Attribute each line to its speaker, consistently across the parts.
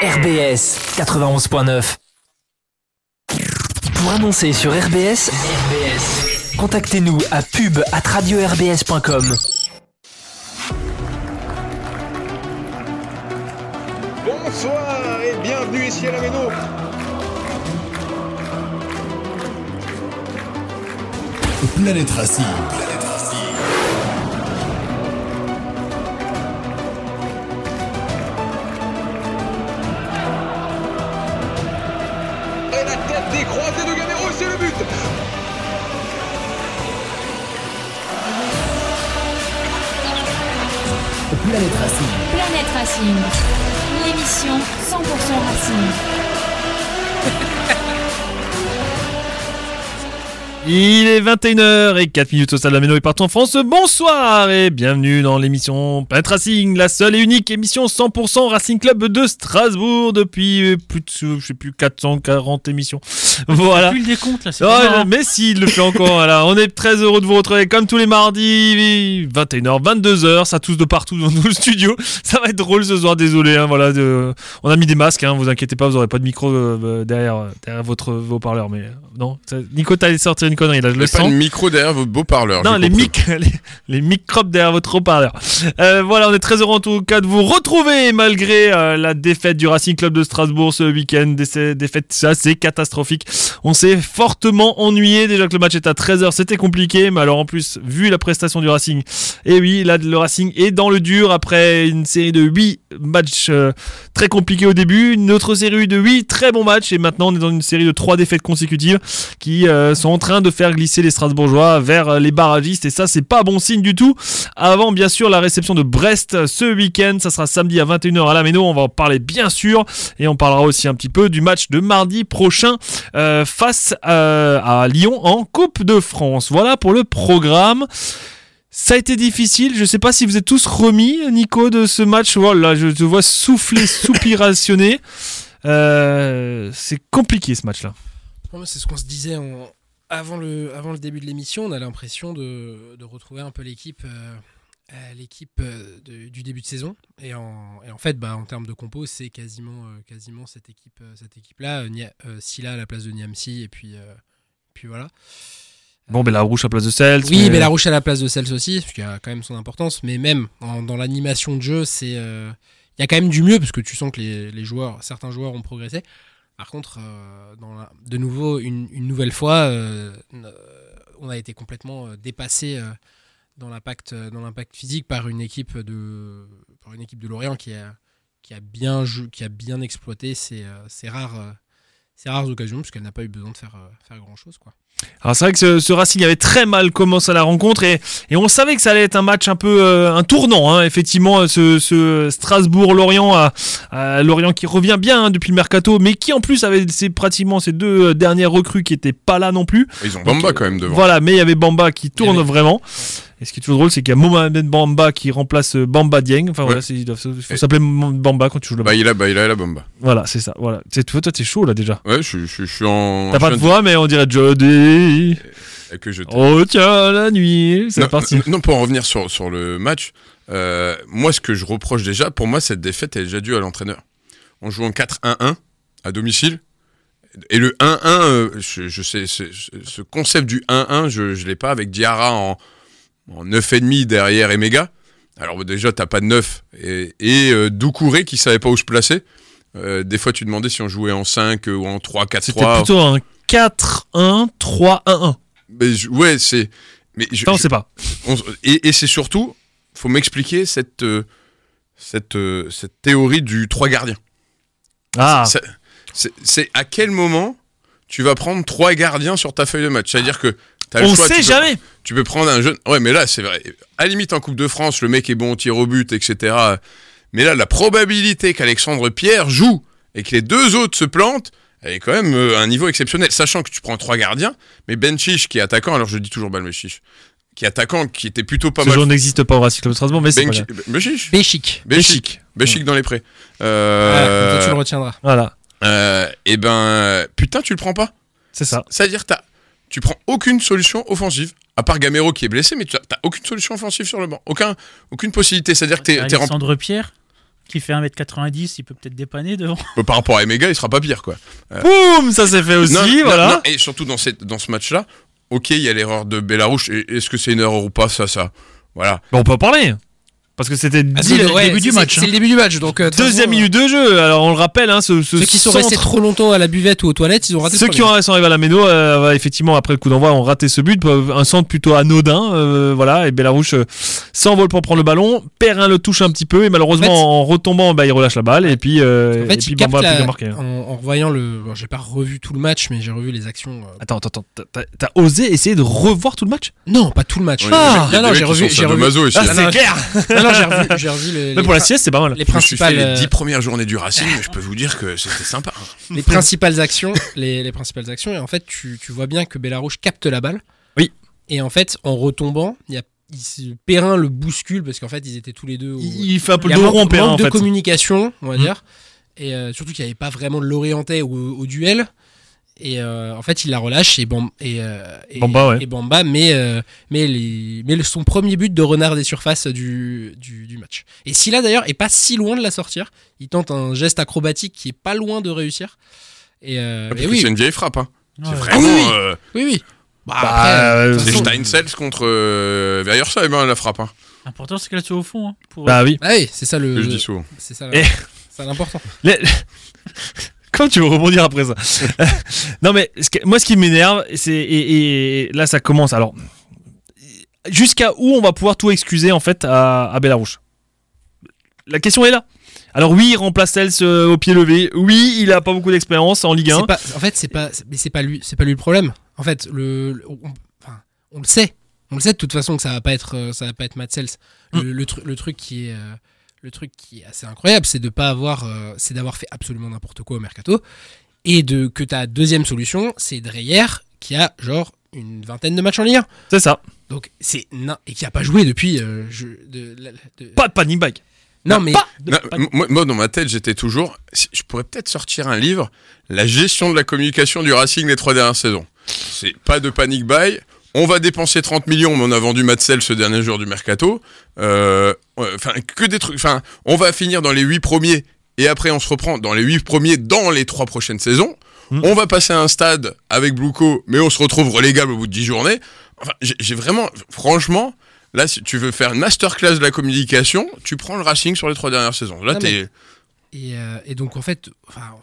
Speaker 1: RBS 91.9. Pour annoncer sur RBS, RBS, contactez-nous à pub at radio-rbs.com.
Speaker 2: Bonsoir et bienvenue ici à la Méno.
Speaker 3: Planète Racing.
Speaker 2: Et la tête des croisés de Gamero, c'est le but
Speaker 3: Planète Racing.
Speaker 4: Planète Racing, l'émission 100% Racing.
Speaker 5: Il est 21h et 4 minutes au stade de la Méno et partout en France. Bonsoir et bienvenue dans l'émission Planète Racing, la seule et unique émission 100% Racing Club de Strasbourg depuis euh, plus de, je sais plus, 440 émissions. Voilà.
Speaker 6: Plus le décompte là, c'est
Speaker 5: Oh,
Speaker 6: pas marrant.
Speaker 5: mais s'il le fait encore, voilà. on est très heureux de vous retrouver comme tous les mardis, 21h, 22h, ça tous de partout dans nous, le studio. Ça va être drôle ce soir, désolé. hein, voilà, de- on a mis des masques, hein, vous inquiétez pas, vous aurez pas de micro euh, derrière, euh, derrière votre, vos parleurs. Mais euh, non, ça- Nico, t'allais sortir une connerie, là, je
Speaker 7: Il y
Speaker 5: le
Speaker 7: a pas
Speaker 5: sens.
Speaker 7: de micro derrière votre beau-parleur.
Speaker 5: Non,
Speaker 7: j'ai
Speaker 5: les
Speaker 7: compris.
Speaker 5: mics, les, les microbes derrière votre haut-parleur. Euh, voilà, on est très heureux en tout cas de vous retrouver malgré euh, la défaite du Racing Club de Strasbourg ce week-end. Déce- Défaite assez catastrophique. On s'est fortement ennuyé. Déjà que le match est à 13h, c'était compliqué. Mais alors en plus, vu la prestation du Racing, et oui, là le Racing est dans le dur après une série de 8 matchs euh, très compliqués au début. Une autre série de 8 très bons matchs. Et maintenant, on est dans une série de 3 défaites consécutives qui euh, sont en train de faire glisser les Strasbourgeois vers euh, les barragistes et ça c'est pas bon signe du tout. Avant bien sûr la réception de Brest euh, ce week-end, ça sera samedi à 21h à la Méno, on va en parler bien sûr et on parlera aussi un petit peu du match de mardi prochain euh, face euh, à Lyon en Coupe de France. Voilà pour le programme. Ça a été difficile, je sais pas si vous êtes tous remis, Nico, de ce match. Voilà, je te vois souffler, soupirationner. Euh, c'est compliqué ce match-là.
Speaker 8: Non, mais c'est ce qu'on se disait en- avant, le, avant le début de l'émission. On a l'impression de, de retrouver un peu l'équipe euh, euh, l'équipe euh, de- du début de saison. Et en, et en fait, bah, en termes de compo, c'est quasiment, euh, quasiment cette équipe euh, cette équipe là. Silla à la place de Niamsi. Et puis, euh, puis voilà.
Speaker 5: Bon, ben la rouge à place de Celtes.
Speaker 8: Oui, mais la Roche à la place de celle aussi, ce qui a quand même son importance. Mais même en- dans l'animation de jeu, c'est euh, il y a quand même du mieux parce que tu sens que les, les joueurs, certains joueurs ont progressé. Par contre, euh, dans la- de nouveau une, une nouvelle fois, euh, n- on a été complètement euh, dépassé euh, dans l'impact euh, dans l'impact physique par une équipe de par une équipe de Lorient qui a qui a bien jou- qui a bien exploité ses, euh, ses rares euh, ses rares occasions puisqu'elle n'a pas eu besoin de faire euh, faire grand chose quoi.
Speaker 5: Alors c'est vrai que ce, ce Racing avait très mal commencé à la rencontre et, et on savait que ça allait être un match un peu euh, un tournant. hein. Effectivement, euh, ce, ce Strasbourg-Lorient, à, à Lorient qui revient bien hein, depuis le mercato, mais qui en plus avait ses, pratiquement ses deux euh, dernières recrues qui étaient pas là non plus.
Speaker 7: Ils ont Bamba
Speaker 5: Donc,
Speaker 7: quand même devant.
Speaker 5: Voilà, mais il y avait Bamba qui tourne
Speaker 8: Il y avait-
Speaker 5: vraiment. Et ce qui est toujours drôle, c'est qu'il y a Mohamed Bamba qui remplace euh, Bamba Dieng. Enfin voilà,
Speaker 7: Ouais.
Speaker 5: c'est- il doit- faut
Speaker 7: Et-
Speaker 5: s'appeler Bamba quand tu joues là-bas.
Speaker 7: Bah il a, bah il a la Bamba.
Speaker 5: Voilà, c'est ça. Voilà. C'est- Toi, toi, t'es chaud là déjà.
Speaker 7: Ouais, je, je, je suis en.
Speaker 5: T'as pas
Speaker 7: je
Speaker 5: de
Speaker 7: suis
Speaker 5: voix, mais on dirait Jody.
Speaker 7: en- Que je t'aime.
Speaker 5: Oh tiens, la nuit, c'est
Speaker 7: non, euh,
Speaker 5: parti.
Speaker 7: non, pour en revenir sur, sur le match, euh, moi ce que je reproche déjà, pour moi cette défaite elle est déjà due à l'entraîneur. On joue en 4-1-1 à domicile. Et le 1-1, euh, je, je sais, c'est- c'est- ce concept du 1-1, je ne l'ai pas avec Diarra en, en 9,5 derrière Emega. Alors bah, déjà, t'as pas de 9. Et, et euh, Doucouré qui savait pas où se placer. Euh, des fois, tu demandais si on jouait en 5 ou en 3, 4,
Speaker 5: C'était
Speaker 7: 3.
Speaker 5: plutôt un 4-1-3-1-1.
Speaker 7: Mais je- ouais, c'est. Mais je,
Speaker 5: Enfin, on
Speaker 7: je-
Speaker 5: sait pas.
Speaker 7: on s- et, et c'est surtout, faut m'expliquer cette, euh, cette, euh, cette théorie du trois gardiens.
Speaker 5: Ah,
Speaker 7: Ça- C'est c'est à quel moment tu vas prendre trois gardiens sur ta feuille de match C'est-à-dire que t'as le
Speaker 5: on
Speaker 7: choix, tu
Speaker 5: sait
Speaker 7: peux-
Speaker 5: jamais.
Speaker 7: tu peux prendre un jeune. Ouais, mais là, c'est vrai. À la limite, en Coupe de France, le mec est bon au tir au but, etc. Mais là, la probabilité qu'Alexandre Pierre joue et que les deux autres se plantent, elle est quand même euh, à un niveau exceptionnel. Sachant que tu prends trois gardiens, mais Benchich, qui est attaquant, alors je dis toujours Balmechiche, qui est attaquant, qui était plutôt pas
Speaker 5: Ce
Speaker 7: mal.
Speaker 5: jour n'existe pas au Racing Club de Strasbourg, mais c'est pas
Speaker 7: Benchi-
Speaker 5: grave.
Speaker 7: Benchich
Speaker 8: Béchic.
Speaker 7: Benchich.
Speaker 8: Mm.
Speaker 7: Benchich dans les prés.
Speaker 8: Ah, comme ça, tu
Speaker 7: Euh,
Speaker 8: le retiendras.
Speaker 5: Voilà,
Speaker 7: euh, eh ben, euh, putain, tu le prends pas
Speaker 5: c'est ça.
Speaker 7: c'est-à-dire que tu prends aucune solution offensive, à part Gamero
Speaker 5: Ah,
Speaker 7: qui est blessé, mais tu n'as aucune solution offensive sur le banc. Aucun, aucune possibilité. C'est-à-dire que tu es,
Speaker 6: Alexandre Pierre qui fait 1m90, il peut peut-être dépanner devant.
Speaker 7: Euh, Par rapport à Emega, il sera pas pire, quoi.
Speaker 5: Boum, ça s'est fait aussi,
Speaker 7: Euh. Non, non,
Speaker 5: voilà.
Speaker 7: non, et surtout dans, cette, dans ce match-là, ok, il y a l'erreur de Bellarouche. et Est-ce que c'est une erreur ou pas, ça, ça Voilà.
Speaker 5: Bah, on peut en parler. Parce que c'était dit
Speaker 8: Ah, c'est
Speaker 5: Ah, le
Speaker 8: ouais,
Speaker 5: début du
Speaker 8: c'est-
Speaker 5: match.
Speaker 8: C'est
Speaker 5: hein.
Speaker 8: le début du match. Donc, euh, de toute
Speaker 5: Deuxième
Speaker 8: façon, euh,
Speaker 5: minute de jeu. Alors on le rappelle, hein, ce, ce
Speaker 8: Ceux qui sont
Speaker 5: centre-
Speaker 8: restés trop longtemps à la buvette ou aux toilettes, ils ont raté
Speaker 5: Ceux
Speaker 8: le
Speaker 5: qui ont sont arrivés à la méno, euh, ouais, effectivement, après le coup d'envoi, ont raté ce but. Un centre plutôt anodin, euh, voilà. Et Bellarouche euh, s'envole pour prendre le ballon. Perrin le touche un petit peu et malheureusement,
Speaker 8: En
Speaker 5: en
Speaker 8: fait-
Speaker 5: retombant, bah, il relâche la balle et puis, euh,
Speaker 8: En
Speaker 5: et
Speaker 8: fait,
Speaker 5: puis
Speaker 8: il capte
Speaker 5: Bamba a plus hein.
Speaker 8: la-
Speaker 5: qu'à marquer.
Speaker 8: en, en revoyant le. Bon, j'ai pas revu tout le match, mais j'ai revu les actions. euh,
Speaker 5: Attends, attends, attends, t'as- t'as- t'as osé essayer de revoir tout le match
Speaker 8: Non, pas tout le match.
Speaker 7: Oui,
Speaker 8: Ah,
Speaker 7: il y a des
Speaker 8: non, non,
Speaker 7: mecs
Speaker 8: j'ai
Speaker 7: qui
Speaker 8: revu.
Speaker 7: sont
Speaker 8: J'ai revu,
Speaker 7: sadomaso ici.
Speaker 8: Ah,
Speaker 7: Je
Speaker 8: non,
Speaker 5: clair
Speaker 8: non, non, j'ai revu, j'ai revu les,
Speaker 5: Mais
Speaker 8: les
Speaker 5: pour la
Speaker 8: prin-
Speaker 5: sieste, c'est pas mal.
Speaker 8: les
Speaker 7: me suis fait
Speaker 8: principales,
Speaker 7: les
Speaker 8: euh,
Speaker 7: 10 premières journées du Racing, mais je peux vous dire que c'était sympa. hein.
Speaker 8: les principales actions. Les, les principales actions. Et en fait, tu, tu vois bien que Bellarouche capte la balle.
Speaker 5: Oui.
Speaker 8: Et en fait, en retombant, il y a. il se- Perrin le bouscule parce qu'en fait ils étaient tous les deux. au-
Speaker 5: Il il fait un peu
Speaker 8: Il y
Speaker 5: le
Speaker 8: a
Speaker 5: dos
Speaker 8: manque,
Speaker 5: rond, Perrin,
Speaker 8: manque
Speaker 5: hein, en
Speaker 8: de
Speaker 5: fait.
Speaker 8: communication, on va
Speaker 5: Mm.
Speaker 8: dire. Et euh, surtout qu'il n'y avait pas vraiment de l'orienté au, au duel. Et euh, en fait, il la relâche et, Bam- et, euh, et-
Speaker 5: Bamba, ouais.
Speaker 8: et Bamba met, euh, met les- met le- son premier but de renard des surfaces du, du, du match. Et Silla, d'ailleurs, est pas si loin de la sortir. Il tente un geste acrobatique qui est pas loin de réussir. Et, euh,
Speaker 7: Parce
Speaker 8: et
Speaker 7: que
Speaker 8: oui,
Speaker 7: C'est une vieille frappe. hein. C'est
Speaker 6: Ouais.
Speaker 7: vraiment.
Speaker 8: oui, oui.
Speaker 7: euh,
Speaker 8: oui, oui. Bah,
Speaker 5: Bah,
Speaker 8: après,
Speaker 5: euh,
Speaker 8: de toute
Speaker 7: c'est
Speaker 8: façon-
Speaker 7: Steinsels contre euh, Verheersheim, hein, la frappe. hein.
Speaker 6: L'important, c'est qu'elle soit au fond. hein, pour-
Speaker 5: Bah oui.
Speaker 8: Bah oui, c'est ça
Speaker 7: Que
Speaker 8: le.
Speaker 7: Je dis souvent.
Speaker 8: C'est ça,
Speaker 5: Et-
Speaker 8: c'est l'important.
Speaker 5: Comment tu veux rebondir après ça Non mais ce que- moi ce qui m'énerve, c'est et, et là ça commence. Alors jusqu'à où on va pouvoir tout excuser en fait à, à Bellarouche La question est là. Alors oui, il remplace Sels euh, au pied levé. Oui, il a pas beaucoup d'expérience en Ligue 1.
Speaker 8: C'est pas- en fait, c'est pas, c'est- mais c'est pas lui, c'est pas lui le problème. En fait, le, le- on, enfin, on le sait, on le sait de toute façon que ça va pas être, euh, ça va pas être Matt Sells. Le,
Speaker 5: Mm.
Speaker 8: le tru- le truc qui est, euh, le truc qui est assez incroyable, c'est de pas avoir, euh, c'est d'avoir fait absolument n'importe quoi au mercato et de que ta deuxième solution, c'est Dreyer qui a genre une vingtaine de matchs en Ligue 1.
Speaker 5: C'est ça.
Speaker 8: Donc c'est nain et qui a pas joué depuis. euh, je, de, la- de-
Speaker 5: Pas de panic bag.
Speaker 8: non mais
Speaker 5: pas
Speaker 7: Non, m- moi, moi, dans ma tête, j'étais toujours. si- Je pourrais peut-être sortir un livre, La gestion de la communication du Racing des trois dernières saisons. C'est pas de panic buy. On va dépenser 30 millions, mais on a vendu Matzel ce dernier jour du mercato. Euh, ouais, Enfin, que des trucs. Enfin, on va finir dans les 8 premiers et après on se reprend dans les 8 premiers dans les 3 prochaines saisons.
Speaker 5: Mm.
Speaker 7: On va passer à un stade avec Blouko, mais on se retrouve relégable au bout de 10 journées. Enfin, j'ai j'ai vraiment, franchement, là, si tu veux faire une masterclass de la communication, tu prends le Racing sur les 3 dernières saisons. Là,
Speaker 8: Non,
Speaker 7: t'es.
Speaker 8: Et, euh, et donc, en fait, enfin,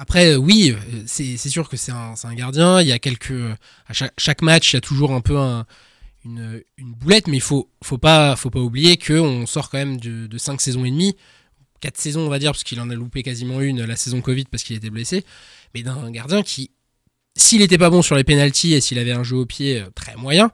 Speaker 8: après, euh, oui, euh, c'est c'est sûr que c'est un, c'est un gardien. Il y a quelques. euh, À chaque, chaque match, il y a toujours un peu un- une, une boulette, mais il faut, faut, pas, faut pas oublier qu'on sort quand même de, de 5 saisons et demie. 4 saisons, on va dire, parce qu'il en a loupé quasiment une la saison Covid parce qu'il était blessé. Mais d'un gardien qui, s'il était pas bon sur les pénalties et s'il avait un jeu au pied euh, très moyen,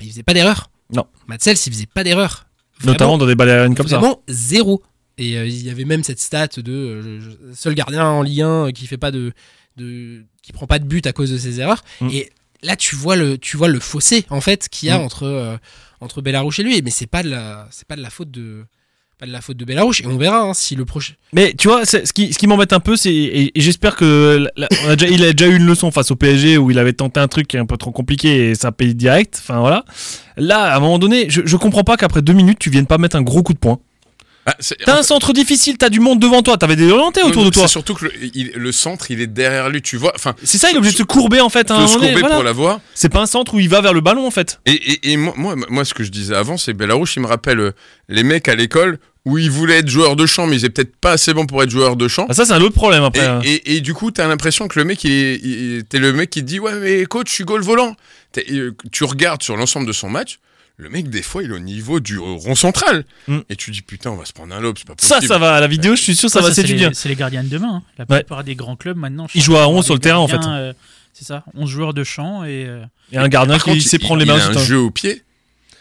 Speaker 8: mais il faisait pas d'erreur.
Speaker 5: Non.
Speaker 8: Matsels, il faisait pas d'erreur. Vraiment,
Speaker 5: Notamment dans des baleines comme ça.
Speaker 8: vraiment zéro. Et euh, il y avait même cette stat de euh, je- je- seul gardien en Ligue 1 qui fait pas de, de qui prend pas de but à cause de ses erreurs.
Speaker 5: Mm.
Speaker 8: Et là tu vois le tu vois le fossé en fait qu'il y a
Speaker 5: Mm.
Speaker 8: entre euh, entre Bellarouche et lui. Mais c'est pas de la c'est pas de la faute de pas de la faute de Bellarouche. Et on verra hein, si le prochain.
Speaker 5: Mais tu vois, c'est- ce qui, ce qui m'embête un peu, c'est et, et j'espère que la- la- on a déjà, il a déjà eu une leçon face au PSG où il avait tenté un truc qui est un peu trop compliqué et ça paye direct. Enfin voilà. Là, à un moment donné, je, je comprends pas qu'après deux minutes, tu viennes pas mettre un gros coup de poing.
Speaker 7: Ah, c'est-
Speaker 5: T'as un centre difficile, t'as du monde devant toi, t'avais des orientés autour de toi.
Speaker 7: C'est surtout que le, il- le centre, il est derrière lui. Tu vois, enfin,
Speaker 5: C'est ça, il est obligé de se courber en fait. à un
Speaker 7: de se
Speaker 5: moment donné,
Speaker 7: courber
Speaker 5: voilà.
Speaker 7: pour l'avoir.
Speaker 5: C'est pas un centre où il va vers le ballon en fait.
Speaker 7: Et, et- et moi, moi, moi, ce que je disais avant, c'est Bellarouche, il me rappelle euh, les mecs à l'école où ils voulaient être joueurs de champ, mais ils étaient peut-être pas assez bons pour être joueurs de champ.
Speaker 5: Ah, ça, c'est un autre problème après.
Speaker 7: Et,
Speaker 5: hein.
Speaker 7: et- et du coup, t'as l'impression que le mec, il est- il- t'es le mec qui te dit Ouais, mais coach, je suis goal volant. T'es- euh, Tu regardes sur l'ensemble de son match, le mec, des fois, il est au niveau du euh, rond central.
Speaker 5: Mm.
Speaker 7: Et tu dis Putain, on va se prendre un lobe, c'est pas
Speaker 5: ça,
Speaker 7: possible.
Speaker 5: ça va à la vidéo, je suis sûr, ça,
Speaker 6: Ah,
Speaker 5: va
Speaker 6: c'est
Speaker 5: s'étudier.
Speaker 6: les, c'est les gardiens de demain. hein. La
Speaker 5: Ouais.
Speaker 6: plupart des grands clubs maintenant. je
Speaker 5: Ils
Speaker 6: pense
Speaker 5: jouent à
Speaker 6: qu'ils
Speaker 5: 11 sur
Speaker 6: ont
Speaker 5: le
Speaker 6: des
Speaker 5: terrain, en
Speaker 6: gardiens,
Speaker 5: fait. Ah,
Speaker 6: euh, c'est ça, 11 joueurs de champ et. euh,
Speaker 5: Il y a un gardien
Speaker 7: Par
Speaker 5: qui
Speaker 7: contre,
Speaker 5: sait
Speaker 7: il-
Speaker 5: prendre les
Speaker 7: il a
Speaker 5: mains.
Speaker 7: un jeu au pied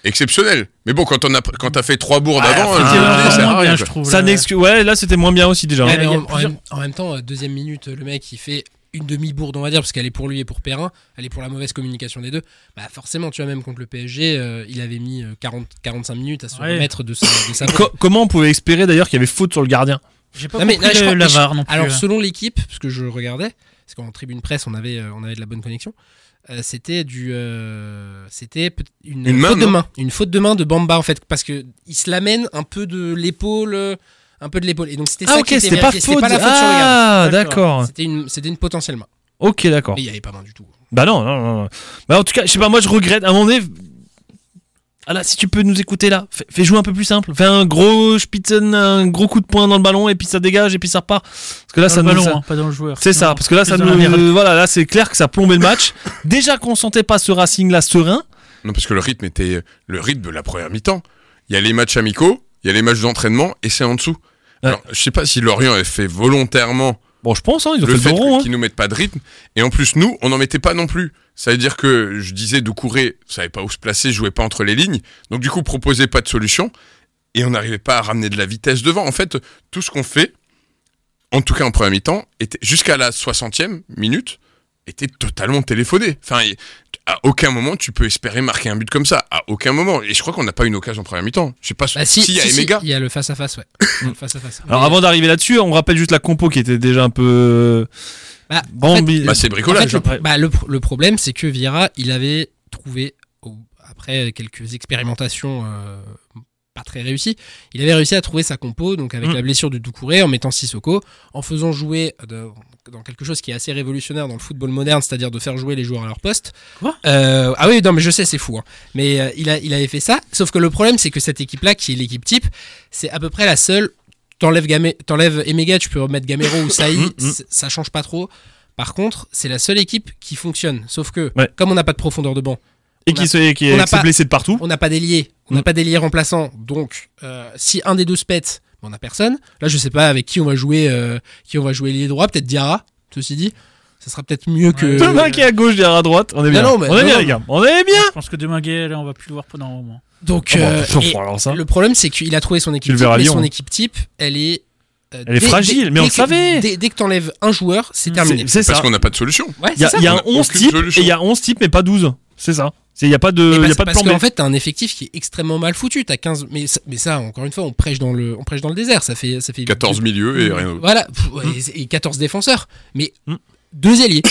Speaker 7: exceptionnel. Mais bon, quand on a- quand t'as fait trois bourdes avant,
Speaker 5: Ah,
Speaker 7: euh,
Speaker 6: c'était
Speaker 5: c'est
Speaker 7: je-
Speaker 5: vraiment
Speaker 7: ça sert à rien,
Speaker 6: moins bien,
Speaker 7: quoi.
Speaker 6: je trouve.
Speaker 5: Ça
Speaker 6: là.
Speaker 5: n'excuse. Ouais, là, c'était moins bien aussi déjà. hein.
Speaker 6: Ouais,
Speaker 8: Mais
Speaker 6: il y a
Speaker 8: en, en
Speaker 6: plusieurs-
Speaker 8: même, en même temps, euh, deuxième minute, le mec il fait une demi-bourde, on va dire, parce qu'elle est pour lui et pour Perrin, elle est pour la mauvaise communication des deux. Bah forcément, tu vois, même contre le PSG, euh, il avait mis euh, 40, 45 minutes à se
Speaker 6: Ouais.
Speaker 8: remettre de sa, de sa
Speaker 5: Co- comment on pouvait espérer d'ailleurs qu'il y avait faute sur le gardien
Speaker 6: J'ai pas
Speaker 8: Non, mais
Speaker 6: compris
Speaker 8: là, je
Speaker 6: le-
Speaker 8: crois-
Speaker 6: la
Speaker 8: je-
Speaker 6: VAR non plus. euh,
Speaker 8: Alors
Speaker 6: là.
Speaker 8: selon l'équipe, parce que je regardais, parce qu'en tribune presse on avait, euh, on avait de la bonne connexion, euh, c'était du, euh, c'était peut- une,
Speaker 7: Une main,
Speaker 8: faute de
Speaker 7: non
Speaker 8: main, une faute de main de Bamba en fait, parce que il se l'amène un peu de l'épaule, euh, un peu de l'épaule. Et donc c'était
Speaker 5: Ah
Speaker 8: ça
Speaker 5: ok,
Speaker 8: qui était
Speaker 5: c'était pas
Speaker 8: vérifié.
Speaker 5: faute.
Speaker 8: la faute sur le gardien.
Speaker 5: ah
Speaker 6: D'accord.
Speaker 5: d'accord.
Speaker 8: C'était une, c'était une potentielle main.
Speaker 5: Ok d'accord.
Speaker 8: Mais il n'y avait pas main du tout.
Speaker 5: Bah non, non, non. non. Bah en tout cas, je sais pas, moi je regrette. À un moment donné. Ah là, si tu peux nous écouter là, fais, fais jouer un peu plus simple. Fais un gros spitzen, un gros coup de poing dans le ballon et puis ça dégage et puis ça repart. Parce que là,
Speaker 6: Dans
Speaker 5: ça nous.
Speaker 6: le ballon,
Speaker 5: ça-
Speaker 6: hein, pas dans le joueur.
Speaker 5: C'est ça,
Speaker 6: Non,
Speaker 5: parce que là, ça
Speaker 6: plus
Speaker 5: nous.
Speaker 6: dans la merde.
Speaker 5: voilà, là, c'est clair que ça plombait le match. Déjà qu'on sentait pas ce Racing là serein.
Speaker 7: Non, parce que le rythme était le rythme de la première mi-temps. Il y a les matchs amicaux, il y a les matchs d'entraînement, et c'est en dessous.
Speaker 5: Ouais.
Speaker 7: Alors, je sais pas si Lorient avait fait volontairement
Speaker 5: Bon, je pense, hein, ils ont
Speaker 7: le
Speaker 5: fait
Speaker 7: fait
Speaker 5: le rond. Hein.
Speaker 7: qu'ils nous mettent pas de rythme, et en plus nous, on n'en mettait pas non plus. Ça veut dire que je disais Doucouré, savait pas où se placer, jouait pas entre les lignes, donc du coup proposait pas de solution, et on n'arrivait pas à ramener de la vitesse devant. En fait, tout ce qu'on fait, en tout cas en première mi-temps, était jusqu'à la 60e minute, était totalement téléphoné. Enfin, il- à aucun moment tu peux espérer marquer un but comme ça. À aucun moment. Et je crois qu'on n'a pas une occasion en première mi-temps. Je sais pas
Speaker 8: Bah, si,
Speaker 7: s'il y a
Speaker 8: si, si,
Speaker 7: Emega.
Speaker 8: Il y a le face à face, ouais. Le face à face.
Speaker 5: Alors
Speaker 8: Mais-
Speaker 5: avant d'arriver là-dessus, on rappelle juste la compo qui était déjà un peu.
Speaker 8: Bah, en
Speaker 5: Bon,
Speaker 8: fait,
Speaker 5: mais-
Speaker 7: Bah, c'est
Speaker 8: En fait,
Speaker 7: bricolage.
Speaker 8: le,
Speaker 7: hein.
Speaker 5: après.
Speaker 8: bah, le pro- le problème, c'est que Vieira, il avait trouvé, au- après quelques expérimentations euh, pas très réussies, il avait réussi à trouver sa compo, donc avec
Speaker 5: Mm.
Speaker 8: la blessure de Doucouré, en mettant Sissoko, en faisant jouer euh, de- dans quelque chose qui est assez révolutionnaire dans le football moderne, c'est-à-dire de faire jouer les joueurs à leur poste.
Speaker 6: Quoi
Speaker 8: Euh, Ah oui, non, mais je sais, c'est fou. hein. Mais euh, il, a, il avait fait ça, sauf que le problème, c'est que cette équipe-là, qui est l'équipe type, c'est à peu près la seule. T'enlèves Gamé- t'enlèves Emega, tu peux remettre Gamero ou Saï,
Speaker 5: Mm, mm.
Speaker 8: c- ça change pas trop. Par contre, c'est la seule équipe qui fonctionne. Sauf que,
Speaker 5: Ouais.
Speaker 8: comme on n'a pas de profondeur de banc,
Speaker 5: Et
Speaker 8: on
Speaker 5: qui
Speaker 8: a-
Speaker 5: se- qui
Speaker 8: on a
Speaker 5: est- s'est
Speaker 8: pas-
Speaker 5: blessé de partout.
Speaker 8: on n'a pas d'ailier, on n'a
Speaker 5: Mm.
Speaker 8: pas d'ailier remplaçant. Donc, euh, si un des deux se pète, ben, on n'a personne. Là, je sais pas avec qui on va jouer, euh, qui on va jouer l'ailier droit. Peut-être Diarra. Ceci dit, ça sera peut-être mieux
Speaker 7: Euh,
Speaker 8: que.
Speaker 6: Ouais.
Speaker 5: Thomas qui est à gauche, derrière à droite. On est bien.
Speaker 8: non, mais-
Speaker 5: on est
Speaker 8: non,
Speaker 5: bien,
Speaker 8: non.
Speaker 5: les gars. On est bien.
Speaker 6: Je pense que demain, Gaël, on va plus le voir pendant un moment.
Speaker 8: Donc,
Speaker 5: Ah bon,
Speaker 8: euh,
Speaker 5: sauf
Speaker 8: et
Speaker 5: pour alors ça.
Speaker 8: le problème, c'est qu'il a trouvé son
Speaker 5: Tu
Speaker 8: équipe.
Speaker 5: le
Speaker 8: Type,
Speaker 5: verras à
Speaker 8: mais
Speaker 5: Lyon,
Speaker 8: son
Speaker 5: hein.
Speaker 8: équipe type, elle est. euh,
Speaker 5: Elle est fragile, mais on le
Speaker 8: que-
Speaker 5: savait. Mm.
Speaker 8: Dès, dès que t'enlèves un joueur, c'est terminé.
Speaker 5: C'est
Speaker 7: Parce
Speaker 5: ça.
Speaker 7: qu'on n'a pas de solution.
Speaker 8: Ouais,
Speaker 5: Il y a,
Speaker 8: c'est ça.
Speaker 5: il y
Speaker 7: on
Speaker 5: a un
Speaker 7: a
Speaker 5: 11
Speaker 7: aucune
Speaker 5: types et
Speaker 7: solution.
Speaker 5: il y a 11 types mais pas 12. C'est ça. C'est- Il n'y a pas de,
Speaker 8: Mais
Speaker 5: il y a
Speaker 8: parce-
Speaker 5: pas de
Speaker 8: parce
Speaker 5: plan B.
Speaker 8: qu'en fait, t'as un effectif qui est extrêmement mal foutu. T'as 15, mais ça, mais ça, encore une fois, on prêche dans le, on prêche dans le désert. Ça fait, ça fait
Speaker 7: 14 milieux et rien d'autre. Hmm.
Speaker 8: Voilà, pff, ouais, et, et 14 défenseurs. Mais
Speaker 5: Mm.
Speaker 8: deux ailiers.